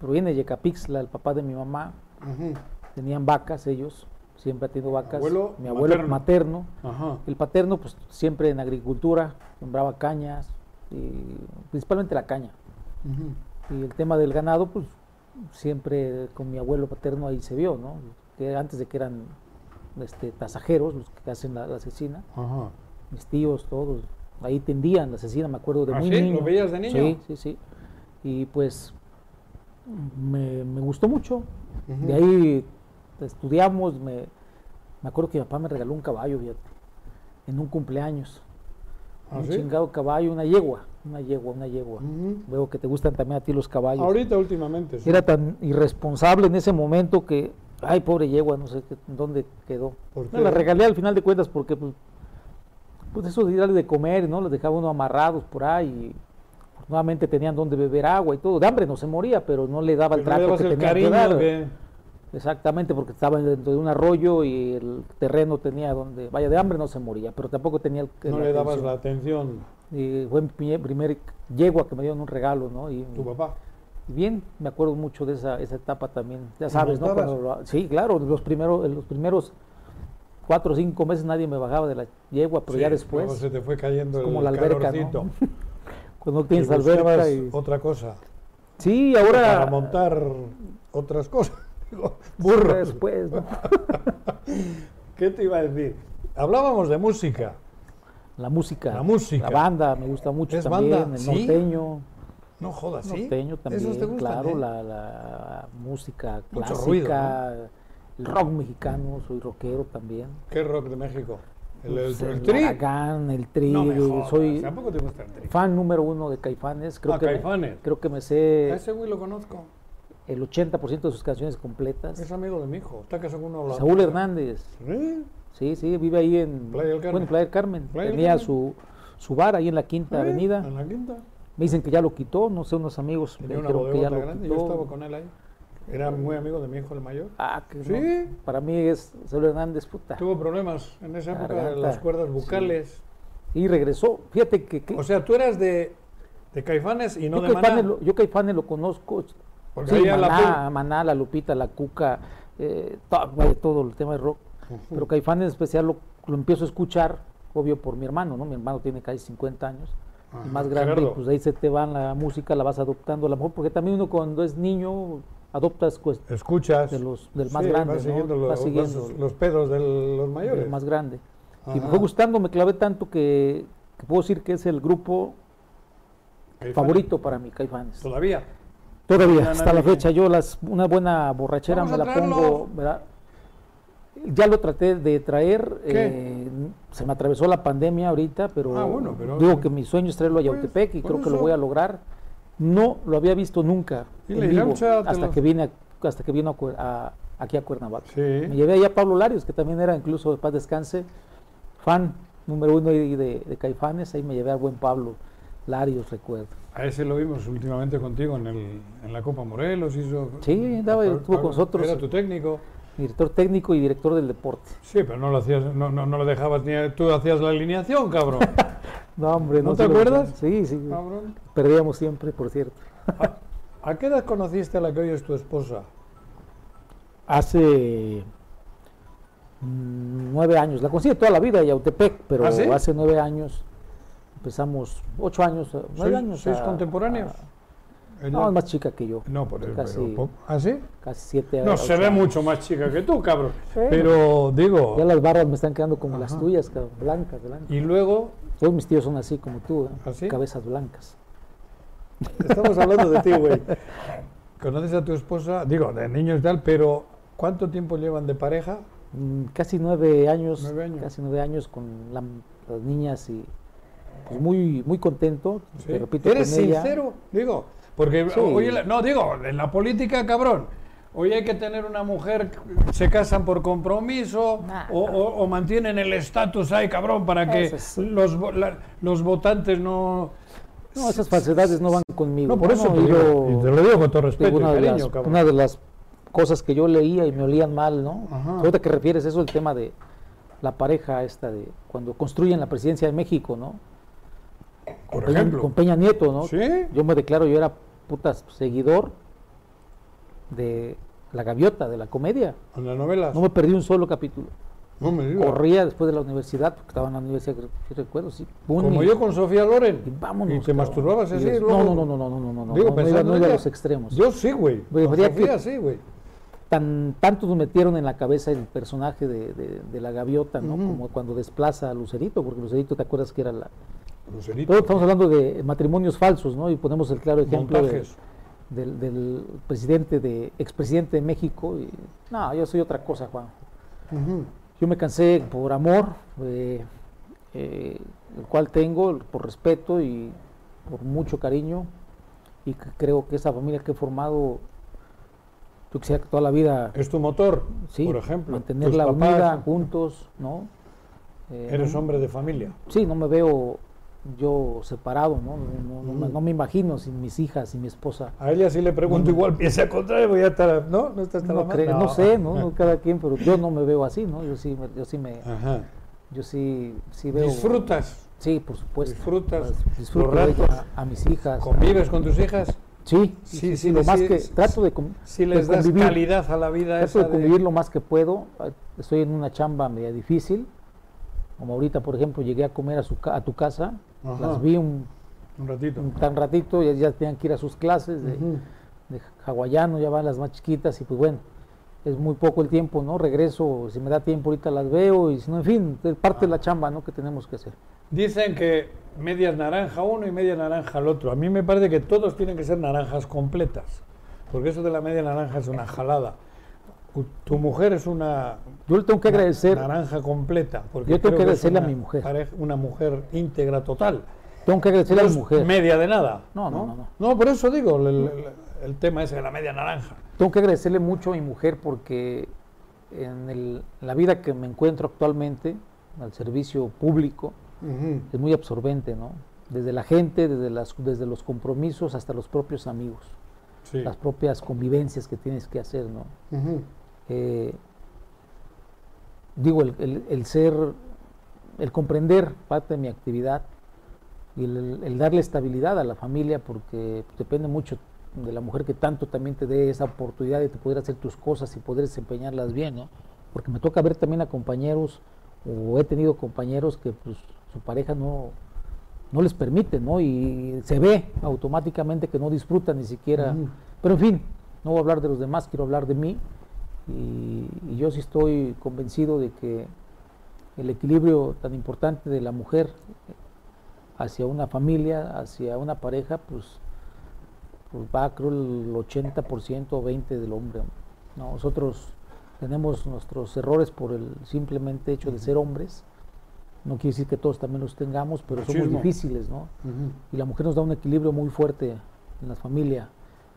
Speaker 3: proviene de Yecapixtla, el papá de mi mamá.
Speaker 2: Ujú.
Speaker 3: Tenían vacas ellos, siempre ha tenido vacas.
Speaker 2: Abuelo
Speaker 3: mi abuelo
Speaker 2: materno.
Speaker 3: materno.
Speaker 2: Ajá.
Speaker 3: El paterno, pues siempre en agricultura, sembraba cañas, y principalmente la caña.
Speaker 2: Ujú.
Speaker 3: Y el tema del ganado, pues siempre con mi abuelo paterno ahí se vio, ¿no? Que antes de que eran este, tasajeros los que hacen la, la cecina,
Speaker 2: Ajá.
Speaker 3: mis tíos, todos, ahí tendían la cecina, me acuerdo de
Speaker 2: ¿Ah,
Speaker 3: muy
Speaker 2: sí? ¿Lo
Speaker 3: niño.
Speaker 2: veías de niño?
Speaker 3: Sí, sí, sí. Y pues me, me gustó mucho.
Speaker 2: Ujú.
Speaker 3: De ahí estudiamos, me, me acuerdo que mi papá me regaló un caballo, fíjate, en un cumpleaños.
Speaker 2: ¿Ah,
Speaker 3: un
Speaker 2: sí?
Speaker 3: chingado caballo, una yegua, una yegua, una yegua.
Speaker 2: Ujú.
Speaker 3: Veo que te gustan también a ti los caballos.
Speaker 2: Ahorita últimamente, sí.
Speaker 3: Era tan irresponsable en ese momento que, ay, pobre yegua, no sé qué- dónde quedó.
Speaker 2: ¿Por
Speaker 3: No,
Speaker 2: qué?
Speaker 3: la regalé al final de cuentas porque, pues, pues eso de darle de comer, ¿no? Los dejaba uno amarrados por ahí. Y pues, nuevamente tenían donde beber agua y todo. De hambre no se moría, pero no le daba el
Speaker 2: Pero no le
Speaker 3: trato
Speaker 2: dabas
Speaker 3: que
Speaker 2: el
Speaker 3: tenía
Speaker 2: cariño
Speaker 3: que dar.
Speaker 2: que-
Speaker 3: Exactamente, porque estaba dentro de un arroyo y el terreno tenía donde, vaya, de hambre no se moría, pero tampoco tenía el
Speaker 2: no
Speaker 3: la
Speaker 2: le dabas la
Speaker 3: atención.
Speaker 2: atención
Speaker 3: Y fue mi pri- primer yegua que me dieron un regalo, ¿no? Y
Speaker 2: tu papá.
Speaker 3: y Bien, me acuerdo mucho de esa, esa etapa también. Ya
Speaker 2: ¿Y
Speaker 3: sabes, ¿no?
Speaker 2: montabas?
Speaker 3: Cuando lo- sí, claro, los primeros, en los primeros cuatro o cinco meses nadie me bajaba de la yegua, pero
Speaker 2: Sí, pues, eh,
Speaker 3: ya
Speaker 2: luego
Speaker 3: después,
Speaker 2: se te fue cayendo
Speaker 3: es como
Speaker 2: el
Speaker 3: la alberca, ¿no?
Speaker 2: calorcito.
Speaker 3: cuando no
Speaker 2: Y
Speaker 3: tienes alberca
Speaker 2: buscabas
Speaker 3: y...
Speaker 2: otra cosa.
Speaker 3: Sí, ahora...
Speaker 2: Para montar otras cosas. Digo, Burros.
Speaker 3: Después, ¿no?
Speaker 2: ¿Qué te iba a decir? Hablábamos de música.
Speaker 3: La música.
Speaker 2: La música.
Speaker 3: La banda, me gusta mucho
Speaker 2: ¿Es
Speaker 3: también.
Speaker 2: banda?
Speaker 3: El
Speaker 2: ¿Sí?
Speaker 3: norteño.
Speaker 2: No jodas, ¿sí?
Speaker 3: Norteño también,
Speaker 2: ¿Esos te gustan,
Speaker 3: claro.
Speaker 2: eh?
Speaker 3: La, la música
Speaker 2: Mucho
Speaker 3: clásica.
Speaker 2: ruido,
Speaker 3: El rock mexicano, soy rockero también.
Speaker 2: ¿Qué rock de México? El, el-
Speaker 3: Pues,
Speaker 2: el
Speaker 3: el
Speaker 2: tri.
Speaker 3: Aragán, el tri.
Speaker 2: No me jodas,
Speaker 3: soy
Speaker 2: Tampoco te gusta el tri.
Speaker 3: fan número uno de Caifanes. Creo
Speaker 2: Ah,
Speaker 3: que me-
Speaker 2: Caifanes.
Speaker 3: creo que me
Speaker 2: A
Speaker 3: sé
Speaker 2: ese güey lo conozco.
Speaker 3: el 80% de sus canciones completas.
Speaker 2: Es amigo de mi hijo. Está casado con uno hablando.
Speaker 3: Saúl Hernández,
Speaker 2: ¿Eh?
Speaker 3: sí, sí, vive ahí en
Speaker 2: Playa del Carmen.
Speaker 3: bueno, Playa del Carmen.
Speaker 2: Playa del
Speaker 3: Tenía
Speaker 2: Carmen.
Speaker 3: Su, su bar ahí en la Quinta
Speaker 2: ¿Eh?
Speaker 3: Avenida.
Speaker 2: En la quinta.
Speaker 3: Me dicen que ya lo quitó, no sé, unos amigos me
Speaker 2: Tenía una
Speaker 3: dijeron que ya
Speaker 2: bodegota
Speaker 3: lo
Speaker 2: grande, yo
Speaker 3: quitó.
Speaker 2: estaba con él ahí. Era muy amigo de mi hijo el mayor.
Speaker 3: Ah, que no.
Speaker 2: Sí.
Speaker 3: Para mí es Saúl Hernández, puta.
Speaker 2: Tuvo problemas en esa época de
Speaker 3: Garganta,
Speaker 2: las cuerdas
Speaker 3: sí.
Speaker 2: bucales.
Speaker 3: Y regresó. Fíjate que, que-
Speaker 2: O sea, tú eras de, de Caifanes y no
Speaker 3: yo,
Speaker 2: de Maná.
Speaker 3: Caifanes lo, yo Caifanes lo conozco.
Speaker 2: Porque
Speaker 3: Sí,
Speaker 2: ahí a la
Speaker 3: Maná, la Maná, la Lupita, la Cuca, eh, to- güey, todo el tema de rock. Pero Caifanes en especial lo, lo empiezo a escuchar, obvio, por mi hermano, ¿no? Mi hermano tiene casi 50 años.
Speaker 2: Ajá,
Speaker 3: y más grande,
Speaker 2: Gerardo.
Speaker 3: pues ahí se te va la música, la vas adoptando a lo mejor, porque también uno cuando es niño adoptas pues,
Speaker 2: Escuchas.
Speaker 3: de los, del más
Speaker 2: Sí,
Speaker 3: grande,
Speaker 2: vas
Speaker 3: ¿no?
Speaker 2: siguiendo, los,
Speaker 3: Vas
Speaker 2: vas-
Speaker 3: siguiendo
Speaker 2: los pedos de los
Speaker 3: el
Speaker 2: mayores.
Speaker 3: más grande. Y me
Speaker 2: Ajá.
Speaker 3: fue gustando, me clavé tanto que, que puedo decir que es el grupo
Speaker 2: Caifanes.
Speaker 3: favorito para mí, Caifanes.
Speaker 2: Todavía.
Speaker 3: Todavía,
Speaker 2: Ya
Speaker 3: hasta la
Speaker 2: nadie-
Speaker 3: fecha, yo las, una buena borrachera
Speaker 2: Vamos
Speaker 3: me
Speaker 2: a
Speaker 3: la
Speaker 2: traerlo.
Speaker 3: pongo, ¿verdad? Ya lo traté de traer,
Speaker 2: ¿Qué?
Speaker 3: eh, se me atravesó la pandemia ahorita, pero,
Speaker 2: Ah, bueno, pero-
Speaker 3: digo que mi sueño es traerlo a
Speaker 2: Pues,
Speaker 3: Yautepec y
Speaker 2: por
Speaker 3: creo que lo
Speaker 2: eso.
Speaker 3: voy a lograr. No lo había visto nunca
Speaker 2: Dile,
Speaker 3: en vivo,
Speaker 2: Yamcha, te
Speaker 3: hasta
Speaker 2: lo-
Speaker 3: que vine a- hasta que vino a Cuer- a- aquí a Cuernavaca.
Speaker 2: Sí.
Speaker 3: Me llevé allá a Pablo Larios, que también era incluso de paz descanse, fan número uno y de, de Caifanes, ahí me llevé al buen Pablo. Larios, recuerdo.
Speaker 2: A ese lo vimos últimamente contigo en, el, en la Copa Morelos. Hizo,
Speaker 3: Sí, andaba,
Speaker 2: Pablo-
Speaker 3: estuvo con
Speaker 2: Pablo-
Speaker 3: nosotros.
Speaker 2: Era tu técnico.
Speaker 3: Director técnico y director del deporte.
Speaker 2: Sí, pero no lo hacías, no, no, no lo dejabas ni a- tú hacías la alineación, cabrón.
Speaker 3: No, hombre,
Speaker 2: ¿No
Speaker 3: no.
Speaker 2: te
Speaker 3: sí lo-
Speaker 2: acuerdas?
Speaker 3: Sí, sí.
Speaker 2: cabrón.
Speaker 3: Perdíamos siempre, por cierto.
Speaker 2: ¿A, a qué edad conociste a la que hoy es tu esposa?
Speaker 3: Hace mm, nueve años, la conocí de toda la vida, Yautepec, pero
Speaker 2: ¿Ah, sí?
Speaker 3: hace nueve años empezamos, ocho años, eh, nueve
Speaker 2: ¿Sois,
Speaker 3: años.
Speaker 2: sois
Speaker 3: a-
Speaker 2: contemporáneos?
Speaker 3: a-
Speaker 2: Ella-
Speaker 3: no, es más chica que yo,
Speaker 2: No, por el
Speaker 3: casi-
Speaker 2: pero po- ¿Ah, sí?
Speaker 3: casi siete
Speaker 2: No,
Speaker 3: a-
Speaker 2: se
Speaker 3: ocho
Speaker 2: ve
Speaker 3: años.
Speaker 2: mucho más chica que tú, cabrón. Pero digo,
Speaker 3: Ya las barras me están quedando como las
Speaker 2: Ajá.
Speaker 3: tuyas, cabrón, blancas, blancas.
Speaker 2: y luego
Speaker 3: Todos mis tíos son así como tú, ¿eh?
Speaker 2: ¿Ah, sí?
Speaker 3: cabezas blancas.
Speaker 2: Estamos hablando de ti, güey. ¿Conoces a tu esposa? Digo, de niños y tal, pero ¿cuánto tiempo llevan de pareja?
Speaker 3: Mm, Casi nueve años,
Speaker 2: Nueve años.
Speaker 3: casi nueve años con la- las niñas y pues muy, muy contento.
Speaker 2: ¿Sí?
Speaker 3: Te repito,
Speaker 2: ¿Eres
Speaker 3: con ella.
Speaker 2: sincero? Digo, porque
Speaker 3: Sí.
Speaker 2: hoy en la- no, digo, en la política, cabrón. Hoy hay que tener una mujer, se casan por compromiso
Speaker 3: Nah.
Speaker 2: o, o- o mantienen el estatus ahí, cabrón, para que
Speaker 3: Eso es-
Speaker 2: los, vo- la- los votantes no...
Speaker 3: No, esas falsedades no van conmigo.
Speaker 2: No, por eso te
Speaker 3: y
Speaker 2: digo,
Speaker 3: yo
Speaker 2: y te lo digo con todo
Speaker 3: tengo
Speaker 2: respeto y
Speaker 3: una, de
Speaker 2: cariño,
Speaker 3: las,
Speaker 2: cabrón.
Speaker 3: una de las cosas que yo leía y me olían mal, ¿no?
Speaker 2: Ajá.
Speaker 3: Ahorita que refieres eso, el tema de la pareja esta de cuando construyen la presidencia de México, ¿no?
Speaker 2: Por
Speaker 3: Peña-
Speaker 2: ejemplo.
Speaker 3: con Peña Nieto, ¿no?
Speaker 2: ¿Sí?
Speaker 3: Yo me declaro, yo era puta seguidor de la gaviota, de la comedia.
Speaker 2: En las novelas.
Speaker 3: No me perdí un solo capítulo.
Speaker 2: No me digas.
Speaker 3: Corría después de la universidad, porque estaba en la universidad, creo- sí recuerdo, sí. Pum,
Speaker 2: Como
Speaker 3: y-
Speaker 2: yo con Sofía Loren.
Speaker 3: y vámonos.
Speaker 2: ¿Y te
Speaker 3: cabrón.
Speaker 2: masturbabas
Speaker 3: Y
Speaker 2: así?
Speaker 3: des-
Speaker 2: luego?
Speaker 3: No, no, no, no, no, no, no, no.
Speaker 2: Digo,
Speaker 3: no, iba,
Speaker 2: pensando
Speaker 3: no
Speaker 2: en
Speaker 3: iba a
Speaker 2: ella.
Speaker 3: los extremos.
Speaker 2: Yo sí, güey.
Speaker 3: Bueno,
Speaker 2: Con
Speaker 3: habría que-
Speaker 2: Sofía sí, güey.
Speaker 3: Tan, tanto nos metieron en la cabeza el personaje de, de- de la gaviota, ¿no?
Speaker 2: Ujú.
Speaker 3: Como cuando desplaza a Lucerito, porque Lucerito, ¿te acuerdas que era la.
Speaker 2: Lucerito.
Speaker 3: Todos estamos hablando de matrimonios falsos, ¿no? Y ponemos el claro ejemplo de-
Speaker 2: Montajes.
Speaker 3: del, del presidente, de expresidente de México. y- no, yo soy otra cosa, Juan.
Speaker 2: Ujú.
Speaker 3: Yo me cansé por amor, eh, eh, el cual tengo, por respeto y por mucho cariño. Y c- creo que esa familia que he formado, yo quisiera que toda la vida,
Speaker 2: Es tu motor,
Speaker 3: sí,
Speaker 2: Eh, por ejemplo.
Speaker 3: mantenerla
Speaker 2: Tus papás,
Speaker 3: unida, juntos, ¿no? Eh,
Speaker 2: Eres
Speaker 3: no-
Speaker 2: hombre de familia.
Speaker 3: Sí, no me veo yo separado, ¿no? No, no- no me-
Speaker 2: Mm.
Speaker 3: no me imagino sin mis hijas, sin mi esposa.
Speaker 2: A ella sí le pregunto igual, piensa contrario, voy a estar... ¿No? ¿No estás
Speaker 3: No, creo, no sé, ¿no? No, cada quien, pero yo no me veo así, ¿no? Yo sí, me- yo sí me,
Speaker 2: Ajá.
Speaker 3: yo sí, sí veo.
Speaker 2: Disfrutas,
Speaker 3: Sí, por supuesto.
Speaker 2: Disfrutas
Speaker 3: Pues, Disfruto
Speaker 2: los
Speaker 3: de
Speaker 2: ratos.
Speaker 3: ella, a mis hijas.
Speaker 2: convives con tus hijas,
Speaker 3: Sí,
Speaker 2: Sí, sí,
Speaker 3: sí, sí,
Speaker 2: sí,
Speaker 3: lo
Speaker 2: sí,
Speaker 3: más que
Speaker 2: sí,
Speaker 3: trato de, con-
Speaker 2: si
Speaker 3: de
Speaker 2: les das
Speaker 3: convivir,
Speaker 2: calidad a la vida
Speaker 3: trato
Speaker 2: esa
Speaker 3: de convivir lo más que puedo. Ah, Estoy en una chamba media difícil. Como ahorita, por ejemplo, llegué a comer a, su, ca- a tu casa,
Speaker 2: Ajá.
Speaker 3: las vi un,
Speaker 2: Un ratito.
Speaker 3: un tan ratito, ya, ya tenían que ir a sus clases de,
Speaker 2: Ujú.
Speaker 3: de hawaiano, ya van las más chiquitas y pues bueno, es muy poco el tiempo, ¿no? Regreso, si me da tiempo ahorita las veo y si no, en fin, es
Speaker 2: Ah.
Speaker 3: parte de la chamba, ¿no? Que tenemos que hacer.
Speaker 2: Dicen que media es naranja uno y media naranja el otro. A mí me parece que todos tienen que ser naranjas completas. Porque eso de la media naranja es una jalada. U- Tu mujer es una
Speaker 3: Yo le tengo que
Speaker 2: na-
Speaker 3: agradecer,
Speaker 2: naranja completa. Porque
Speaker 3: Yo tengo
Speaker 2: creo
Speaker 3: que
Speaker 2: es
Speaker 3: agradecerle a
Speaker 2: una
Speaker 3: mi mujer.
Speaker 2: pareja- una mujer íntegra total.
Speaker 3: tengo que agradecerle a
Speaker 2: No
Speaker 3: mi
Speaker 2: es
Speaker 3: mujer.
Speaker 2: Media de nada.
Speaker 3: No, no, no,
Speaker 2: por eso digo el, el- el tema ese de la media naranja.
Speaker 3: Tengo que agradecerle mucho a mi mujer porque en, el- en la vida que me encuentro actualmente, al servicio público, es muy absorbente, ¿no? Desde la gente, desde, las, desde los compromisos hasta los propios amigos,
Speaker 2: Sí.
Speaker 3: las propias convivencias que tienes que hacer, ¿no?
Speaker 2: Ujú.
Speaker 3: Eh, digo, el, el- el ser, el comprender parte de mi actividad y el, el darle estabilidad a la familia, porque pues, depende mucho de la mujer que tanto también te dé esa oportunidad de te poder hacer tus cosas y poder desempeñarlas bien, ¿no? Porque me toca ver también a compañeros, o he tenido compañeros que pues, su pareja no, no les permite, ¿no? Y se ve automáticamente que no disfrutan ni siquiera.
Speaker 2: Ujú.
Speaker 3: Pero en fin, no voy a hablar de los demás, quiero hablar de mí. Y, y yo sí estoy convencido de que el equilibrio tan importante de la mujer hacia una familia, hacia una pareja, pues, pues va creo el 80% o 20% del hombre. ¿no? Nosotros tenemos nuestros errores por el simplemente hecho de ser hombres. No quiere decir que todos también los tengamos, pero somos
Speaker 2: Machismo.
Speaker 3: difíciles, ¿no?
Speaker 2: Ujú.
Speaker 3: y la mujer nos da un equilibrio muy fuerte en la familia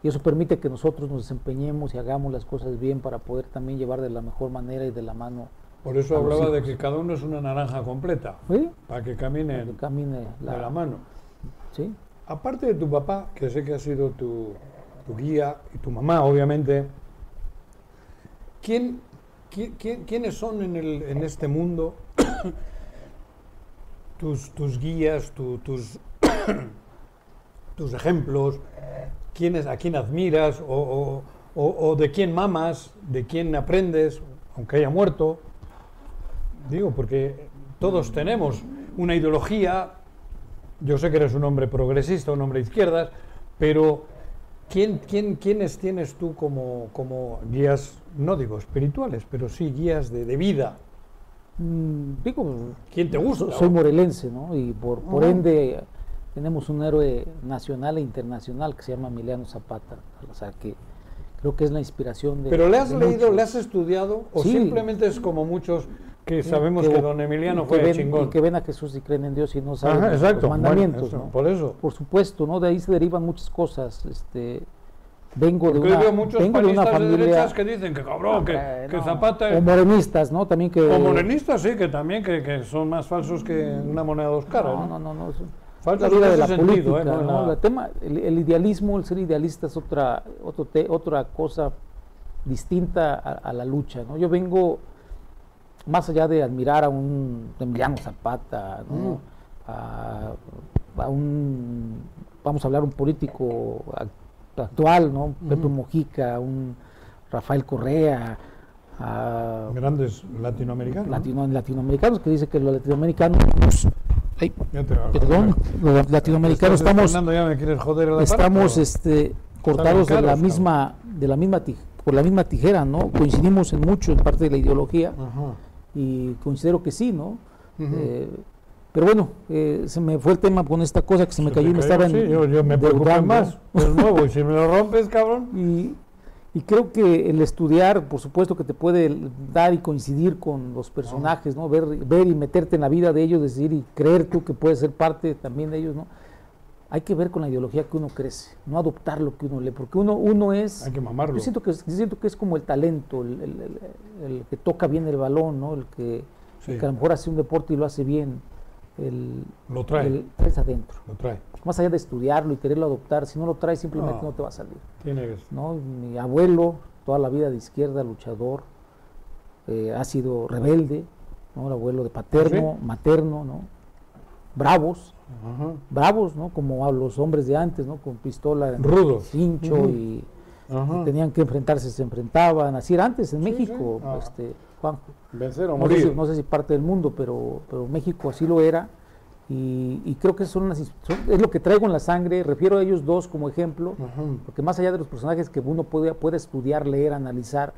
Speaker 3: y eso permite que nosotros nos desempeñemos y hagamos las cosas bien para poder también llevar de la mejor manera y de la mano
Speaker 2: Por eso
Speaker 3: A los
Speaker 2: hablaba de que cada uno es una naranja completa.
Speaker 3: ¿sí?
Speaker 2: Para que caminen
Speaker 3: que camine
Speaker 2: de la
Speaker 3: la,
Speaker 2: mano.
Speaker 3: ¿sí?
Speaker 2: Aparte de tu papá, que sé que ha sido tu, tu guía, y tu mamá, obviamente, ¿quién, qui- qui- quiénes son en, el- en este mundo tus, tus guías, tu- tus, tus ejemplos? ¿Quiénes, ¿A quién admiras? O, o- o- o de quién mamas? ¿De quién aprendes? Aunque haya muerto. Digo, porque todos tenemos una ideología. Yo sé que eres un hombre progresista, un hombre de izquierdas, pero ¿quién, quién, ¿quiénes tienes tú como, como guías, no digo espirituales, pero sí guías de, de vida?
Speaker 3: Mm, digo,
Speaker 2: ¿Quién te gusta?
Speaker 3: so- soy morelense, ¿no? Y por, por
Speaker 2: Ajá.
Speaker 3: ende tenemos un héroe nacional e internacional que se llama Emiliano Zapata, o sea que creo que es la inspiración de...
Speaker 2: ¿Pero le has
Speaker 3: de
Speaker 2: leído,
Speaker 3: muchos.
Speaker 2: le has estudiado? ¿O
Speaker 3: Sí.
Speaker 2: simplemente es como muchos que sabemos que,
Speaker 3: que-
Speaker 2: don Emiliano
Speaker 3: y
Speaker 2: fue
Speaker 3: que ven,
Speaker 2: chingón?
Speaker 3: y que ven a Jesús y creen en Dios y no
Speaker 2: Ajá,
Speaker 3: saben los- los
Speaker 2: bueno,
Speaker 3: mandamientos,
Speaker 2: eso,
Speaker 3: ¿no?
Speaker 2: Por eso.
Speaker 3: Por supuesto, ¿no? De ahí se derivan muchas cosas. Este, vengo de
Speaker 2: Porque
Speaker 3: una,
Speaker 2: yo veo muchos
Speaker 3: vengo de una
Speaker 2: panistas de,
Speaker 3: familia...
Speaker 2: derechas que dicen que cabrón, que,
Speaker 3: Hombre,
Speaker 2: que
Speaker 3: no.
Speaker 2: Zapata
Speaker 3: O
Speaker 2: es...
Speaker 3: morenistas, ¿no? También que...
Speaker 2: O morenistas, sí, que también, que, que son más falsos que una moneda de dos caras.
Speaker 3: No,
Speaker 2: ¿no?
Speaker 3: no, no, no. es-
Speaker 2: Falsos
Speaker 3: la
Speaker 2: en
Speaker 3: vida de
Speaker 2: ese
Speaker 3: la
Speaker 2: sentido,
Speaker 3: política,
Speaker 2: ¿eh? No en
Speaker 3: ¿no?
Speaker 2: la-
Speaker 3: La tema, el, el idealismo, el ser idealista es otra, otro te- otra cosa distinta a, a la lucha, ¿no? Yo vengo más allá de admirar a un Emiliano Zapata, ¿no?
Speaker 2: Mm.
Speaker 3: A, a un, vamos a hablar, un político act- actual, ¿no? Pepe
Speaker 2: Ujú.
Speaker 3: Mojica, un Rafael Correa, a
Speaker 2: Grandes latinoamericanos. ¿no?
Speaker 3: latino- latinoamericanos que dice que los latinoamericanos... Ay,
Speaker 2: Ya te hago.
Speaker 3: Perdón, los latinoamericanos
Speaker 2: Estás
Speaker 3: estamos,
Speaker 2: Fernando, ya me quieres joder la parte,
Speaker 3: estamos
Speaker 2: o-
Speaker 3: este, cortados de la
Speaker 2: caros,
Speaker 3: misma, de la misma tij- por la misma tijera, ¿no? Coincidimos en mucho en parte de la ideología
Speaker 2: Ajá.
Speaker 3: y considero que sí, ¿no?
Speaker 2: Ah. Ujú.
Speaker 3: Eh, pero bueno, eh, se me fue el tema con esta cosa que se me
Speaker 2: Se
Speaker 3: cayó y
Speaker 2: te
Speaker 3: me estaba
Speaker 2: sí,
Speaker 3: en-
Speaker 2: yo, yo me preocupé
Speaker 3: derrubando.
Speaker 2: más. Es nuevo, y si me lo rompes, cabrón.
Speaker 3: Y, y creo que el estudiar, por supuesto que te puede l- dar y coincidir con los personajes, ¿no? Ver, ver y meterte en la vida de ellos, decir y creer tú que puedes ser parte también de ellos, ¿no? Hay que ver con la ideología que uno crece, no adoptar lo que uno lee, porque uno, uno es...
Speaker 2: Hay que mamarlo.
Speaker 3: Yo siento que, es- yo siento que es como el talento, el, el- el- el que toca bien el balón, ¿no? El que,
Speaker 2: Sí,
Speaker 3: el que a lo mejor hace un deporte y lo hace bien, el,
Speaker 2: Lo trae,
Speaker 3: el traes adentro.
Speaker 2: lo trae.
Speaker 3: Más allá de estudiarlo y quererlo adoptar, si no lo traes simplemente
Speaker 2: No.
Speaker 3: no te va a salir.
Speaker 2: Tiene que ser.
Speaker 3: ¿no? Mi abuelo, toda la vida de izquierda, luchador, eh, ha sido rebelde, ¿no? El abuelo de
Speaker 2: ¿Ah,
Speaker 3: paterno, materno, ¿no? Bravos,
Speaker 2: Ajá.
Speaker 3: bravos, ¿no? Como a los hombres de antes, ¿no? Con pistola, en
Speaker 2: Rudos.
Speaker 3: cincho
Speaker 2: Ujú.
Speaker 3: y
Speaker 2: Ajá.
Speaker 3: tenían que enfrentarse, se enfrentaban, así era antes en
Speaker 2: Sí,
Speaker 3: México,
Speaker 2: sí. Ah.
Speaker 3: este, Juan.
Speaker 2: Vencer o
Speaker 3: No sé,
Speaker 2: morir.
Speaker 3: si, no sé si parte del mundo, pero, pero México así lo era. Y, y creo que son unas, ins- son- es lo que traigo en la sangre. Refiero a ellos dos como ejemplo.
Speaker 2: Ajá.
Speaker 3: Porque más allá de los personajes que uno puede, puede estudiar, leer, analizar,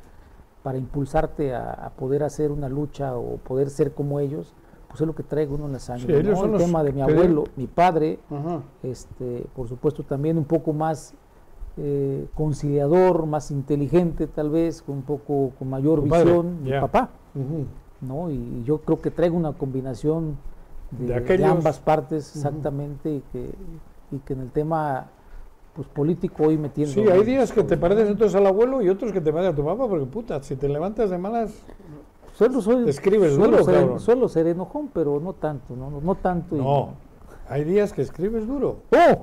Speaker 3: para impulsarte a, a poder hacer una lucha o poder ser como ellos, pues es lo que trae uno en la
Speaker 2: Sí,
Speaker 3: sangre.
Speaker 2: ellos
Speaker 3: ¿no?
Speaker 2: son
Speaker 3: El
Speaker 2: los
Speaker 3: tema de mi
Speaker 2: que-
Speaker 3: abuelo, mi padre,
Speaker 2: Ajá.
Speaker 3: este, por supuesto también un poco más eh, conciliador, más inteligente tal vez, con un poco con mayor
Speaker 2: Tu padre,
Speaker 3: visión,
Speaker 2: ya.
Speaker 3: mi papá,
Speaker 2: Ujú.
Speaker 3: ¿no? Y, y yo creo que traigo una combinación de,
Speaker 2: De
Speaker 3: de
Speaker 2: aquellos.
Speaker 3: ambas partes exactamente y, que, y que en el tema pues político hoy metiendo
Speaker 2: Sí, hay días que te pareces entonces al abuelo y otros que te pareces a tu papá, porque puta, si te levantas de malas.
Speaker 3: Suelo, soy-
Speaker 2: Te escribes
Speaker 3: suelo
Speaker 2: duro,
Speaker 3: ser,
Speaker 2: cabrón.
Speaker 3: suelo ser enojón, pero no tanto, no, no, no tanto. y-
Speaker 2: No. Hay días que escribes duro.
Speaker 3: ¡Oh!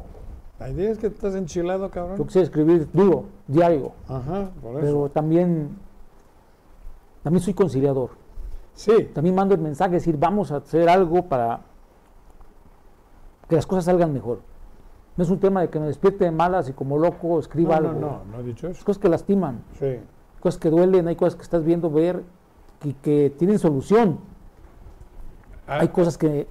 Speaker 2: Hay días que estás enchilado,
Speaker 3: Yo
Speaker 2: cabrón.
Speaker 3: quisiera escribir duro, diario,
Speaker 2: Ajá, por eso.
Speaker 3: pero también, también soy conciliador.
Speaker 2: Sí,
Speaker 3: También mando el mensaje, decir, vamos a hacer algo para que las cosas salgan mejor. No es un tema de que me despierte de malas y como loco escriba
Speaker 2: no, no,
Speaker 3: algo.
Speaker 2: no, no he dicho
Speaker 3: Hay
Speaker 2: eso.
Speaker 3: cosas que lastiman,
Speaker 2: Sí.
Speaker 3: cosas que duelen, hay cosas que estás viendo ver y que tienen solución.
Speaker 2: Ah,
Speaker 3: Hay cosas que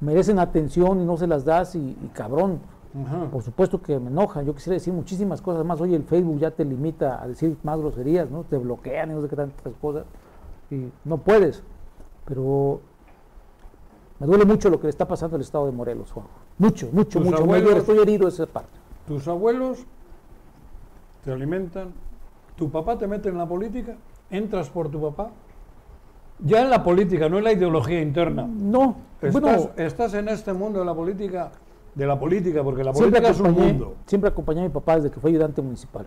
Speaker 3: merecen atención y no se las das y, y cabrón,
Speaker 2: ajá.
Speaker 3: por supuesto que me enoja. Yo quisiera decir muchísimas cosas más. Oye, el Facebook ya te limita a decir más groserías, ¿no? Te bloquean y no sé qué tantas cosas. Y no puedes. Pero me duele mucho lo que le está pasando al estado de Morelos, Juan. Mucho, mucho,
Speaker 2: Tus
Speaker 3: mucho. Me
Speaker 2: abuelos-
Speaker 3: duele, estoy herido de esa parte.
Speaker 2: Tus abuelos te alimentan, tu papá te mete en la política, entras por tu papá. Ya en la política, no en la ideología interna.
Speaker 3: No,
Speaker 2: Estás,
Speaker 3: bueno,
Speaker 2: estás en este mundo de la política, de la política, porque la
Speaker 3: siempre
Speaker 2: política es un
Speaker 3: acompañé,
Speaker 2: mundo.
Speaker 3: siempre acompañé a mi papá desde que fue ayudante municipal.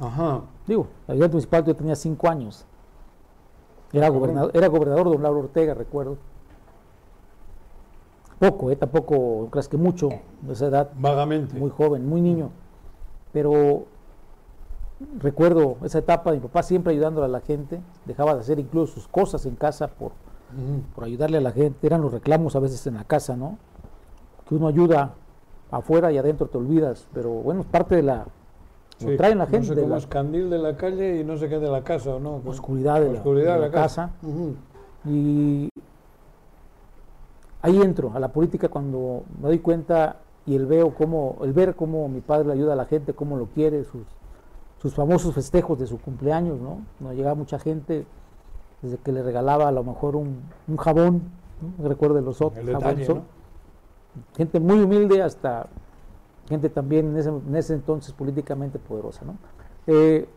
Speaker 2: Ajá.
Speaker 3: Digo, la ayudante municipal yo tenía cinco años. Era gobernador, era gobernador don Lauro Ortega, recuerdo. Poco, eh, tampoco creas que mucho, de esa edad,
Speaker 2: Vagamente.
Speaker 3: muy joven, muy niño. Pero recuerdo esa etapa de mi papá siempre ayudándole a la gente, dejaba de hacer incluso sus cosas en casa por,
Speaker 2: Ujú.
Speaker 3: por ayudarle a la gente. Eran los reclamos a veces en la casa, ¿no? Que uno ayuda afuera y adentro te olvidas, pero bueno, es parte de la. Lo
Speaker 2: Sí,
Speaker 3: traen la gente.
Speaker 2: No sé
Speaker 3: de
Speaker 2: cómo
Speaker 3: la- Pues,
Speaker 2: es candil de la calle y no sé qué de la casa, ¿o no?
Speaker 3: Oscuridad de la-
Speaker 2: Oscuridad
Speaker 3: de la casa.
Speaker 2: Ujú.
Speaker 3: Y ahí entro a la política cuando me doy cuenta y el veo cómo, el ver cómo mi padre le ayuda a la gente, cómo lo quiere, sus, sus famosos festejos de su cumpleaños, ¿no? Nos llegaba mucha gente, desde que le regalaba a lo mejor un, un jabón, ¿no? recuerdo los otros,
Speaker 2: El detalle, ¿no?
Speaker 3: gente muy humilde hasta gente también en ese, en ese entonces políticamente poderosa. ¿no? Eh,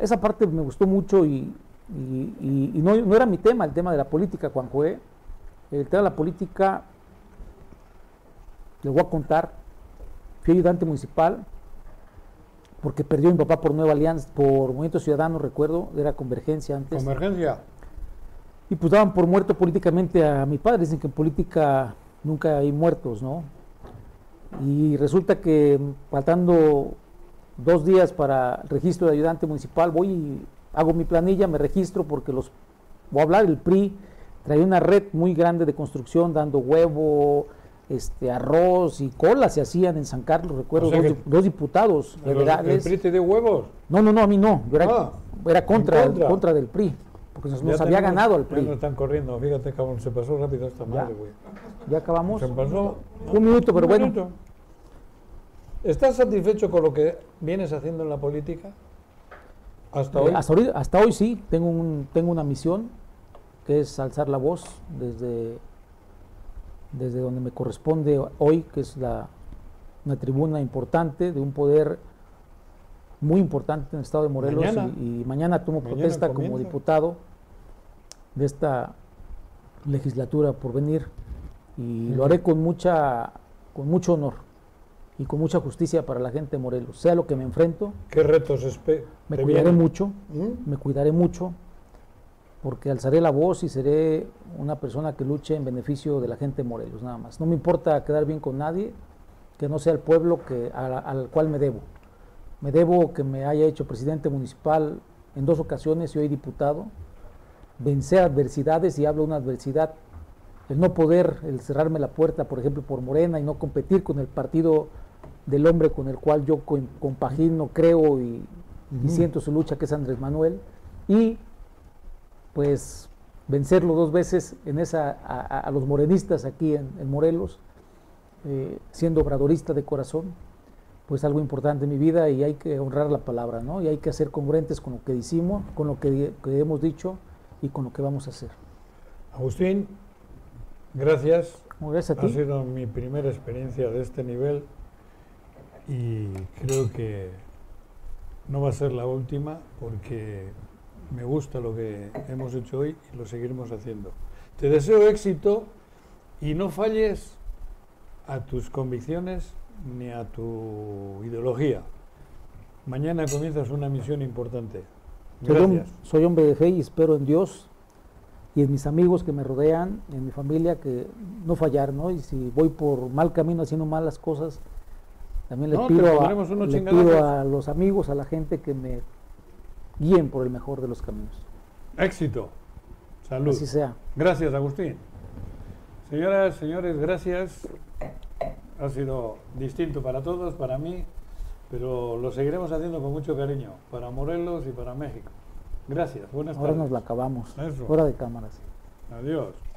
Speaker 3: esa parte me gustó mucho y, y- y- y no, no era mi tema, el tema de la política, Juanjo. ¿eh? El tema de la política, le voy a contar, fui ayudante municipal porque perdió mi papá por Nueva Alianza, por Movimiento Ciudadano, recuerdo, era Convergencia antes.
Speaker 2: Convergencia.
Speaker 3: Y pues daban por muerto políticamente a mi padre. Dicen que en política nunca hay muertos, ¿no? Y resulta que faltando dos días para el registro de ayudante municipal, voy y hago mi planilla, me registro porque los. Voy a hablar, el PRI traía una red muy grande de construcción dando huevo, este arroz y cola se hacían en San Carlos, recuerdo,
Speaker 2: O sea
Speaker 3: dos,
Speaker 2: que-
Speaker 3: dip- dos diputados
Speaker 2: Los- El
Speaker 3: federales.
Speaker 2: PRI te dio huevos.
Speaker 3: No, no, no, a mí no. Yo era,
Speaker 2: Ah,
Speaker 3: era contra,
Speaker 2: contra.
Speaker 3: contra. del PRI, porque nos,
Speaker 2: Ya
Speaker 3: nos había
Speaker 2: tenemos-
Speaker 3: ganado el
Speaker 2: ya
Speaker 3: PRI.
Speaker 2: no están corriendo. Fíjate, cabrón, se pasó rápido esta madre, güey.
Speaker 3: Ya acabamos.
Speaker 2: Se pasó.
Speaker 3: Un minuto, pero
Speaker 2: Un
Speaker 3: bueno.
Speaker 2: minuto. ¿Estás satisfecho con lo que vienes haciendo en la política? Hasta hoy.
Speaker 3: Eh, Hasta, ahorita- hasta hoy sí, tengo, un, tengo una misión que es alzar la voz desde, desde donde me corresponde hoy, que es la, una tribuna importante de un poder muy importante en el estado de Morelos.
Speaker 2: Mañana.
Speaker 3: y, y mañana tomo
Speaker 2: Mañana
Speaker 3: protesta como
Speaker 2: comienza.
Speaker 3: diputado de esta legislatura por venir y
Speaker 2: Ujú.
Speaker 3: lo haré con, mucha, con mucho honor y con mucha justicia para la gente de Morelos. Sea lo que me enfrento,
Speaker 2: ¿Qué retos espe
Speaker 3: me
Speaker 2: te
Speaker 3: cuidaré
Speaker 2: vienen?
Speaker 3: mucho
Speaker 2: ¿Mm?
Speaker 3: me cuidaré mucho porque alzaré la voz y seré una persona que luche en beneficio de la gente de Morelos, nada más. No me importa quedar bien con nadie, que no sea el pueblo que, a la- al cual me debo. Me debo que me haya hecho presidente municipal en dos ocasiones y hoy diputado. Vencer adversidades y hablo de una adversidad. El no poder, el cerrarme la puerta, por ejemplo, por Morena y no competir con el partido del hombre con el cual yo co- compagino, creo y, y siento su lucha, que es Andrés Manuel. Y pues vencerlo dos veces en esa, a, a- a los morenistas aquí en, en Morelos, eh, siendo obradorista de corazón, pues algo importante en mi vida y hay que honrar la palabra, ¿no? Y hay que ser congruentes con lo que decimos, con lo que, que hemos dicho y con lo que vamos a hacer.
Speaker 2: Agustín, gracias.
Speaker 3: Bueno, gracias a
Speaker 2: Ha
Speaker 3: ti.
Speaker 2: sido mi primera experiencia de este nivel y creo que no va a ser la última porque me gusta lo que hemos hecho hoy y lo seguiremos haciendo. Te deseo éxito y no falles a tus convicciones ni a tu ideología. Mañana comienzas una misión importante.
Speaker 3: Soy, hom-
Speaker 2: Gracias.
Speaker 3: soy hombre de fe y espero en Dios y en mis amigos que me rodean, en mi familia, que no fallar, ¿no? Y si voy por mal camino haciendo malas cosas, también les
Speaker 2: No, te
Speaker 3: pido, a,
Speaker 2: pondremos unos
Speaker 3: le
Speaker 2: chingadazos.
Speaker 3: pido a los amigos, a la gente que me guíen por el mejor de los caminos.
Speaker 2: Éxito. Salud.
Speaker 3: Así sea.
Speaker 2: Gracias, Agustín. Señoras, señores, gracias. Ha sido distinto para todos, para mí, pero lo seguiremos haciendo con mucho cariño, para Morelos y para México. Gracias, buenas
Speaker 3: Ahora
Speaker 2: tardes.
Speaker 3: nos la acabamos.
Speaker 2: Eso.
Speaker 3: Fuera de cámaras.
Speaker 2: Adiós.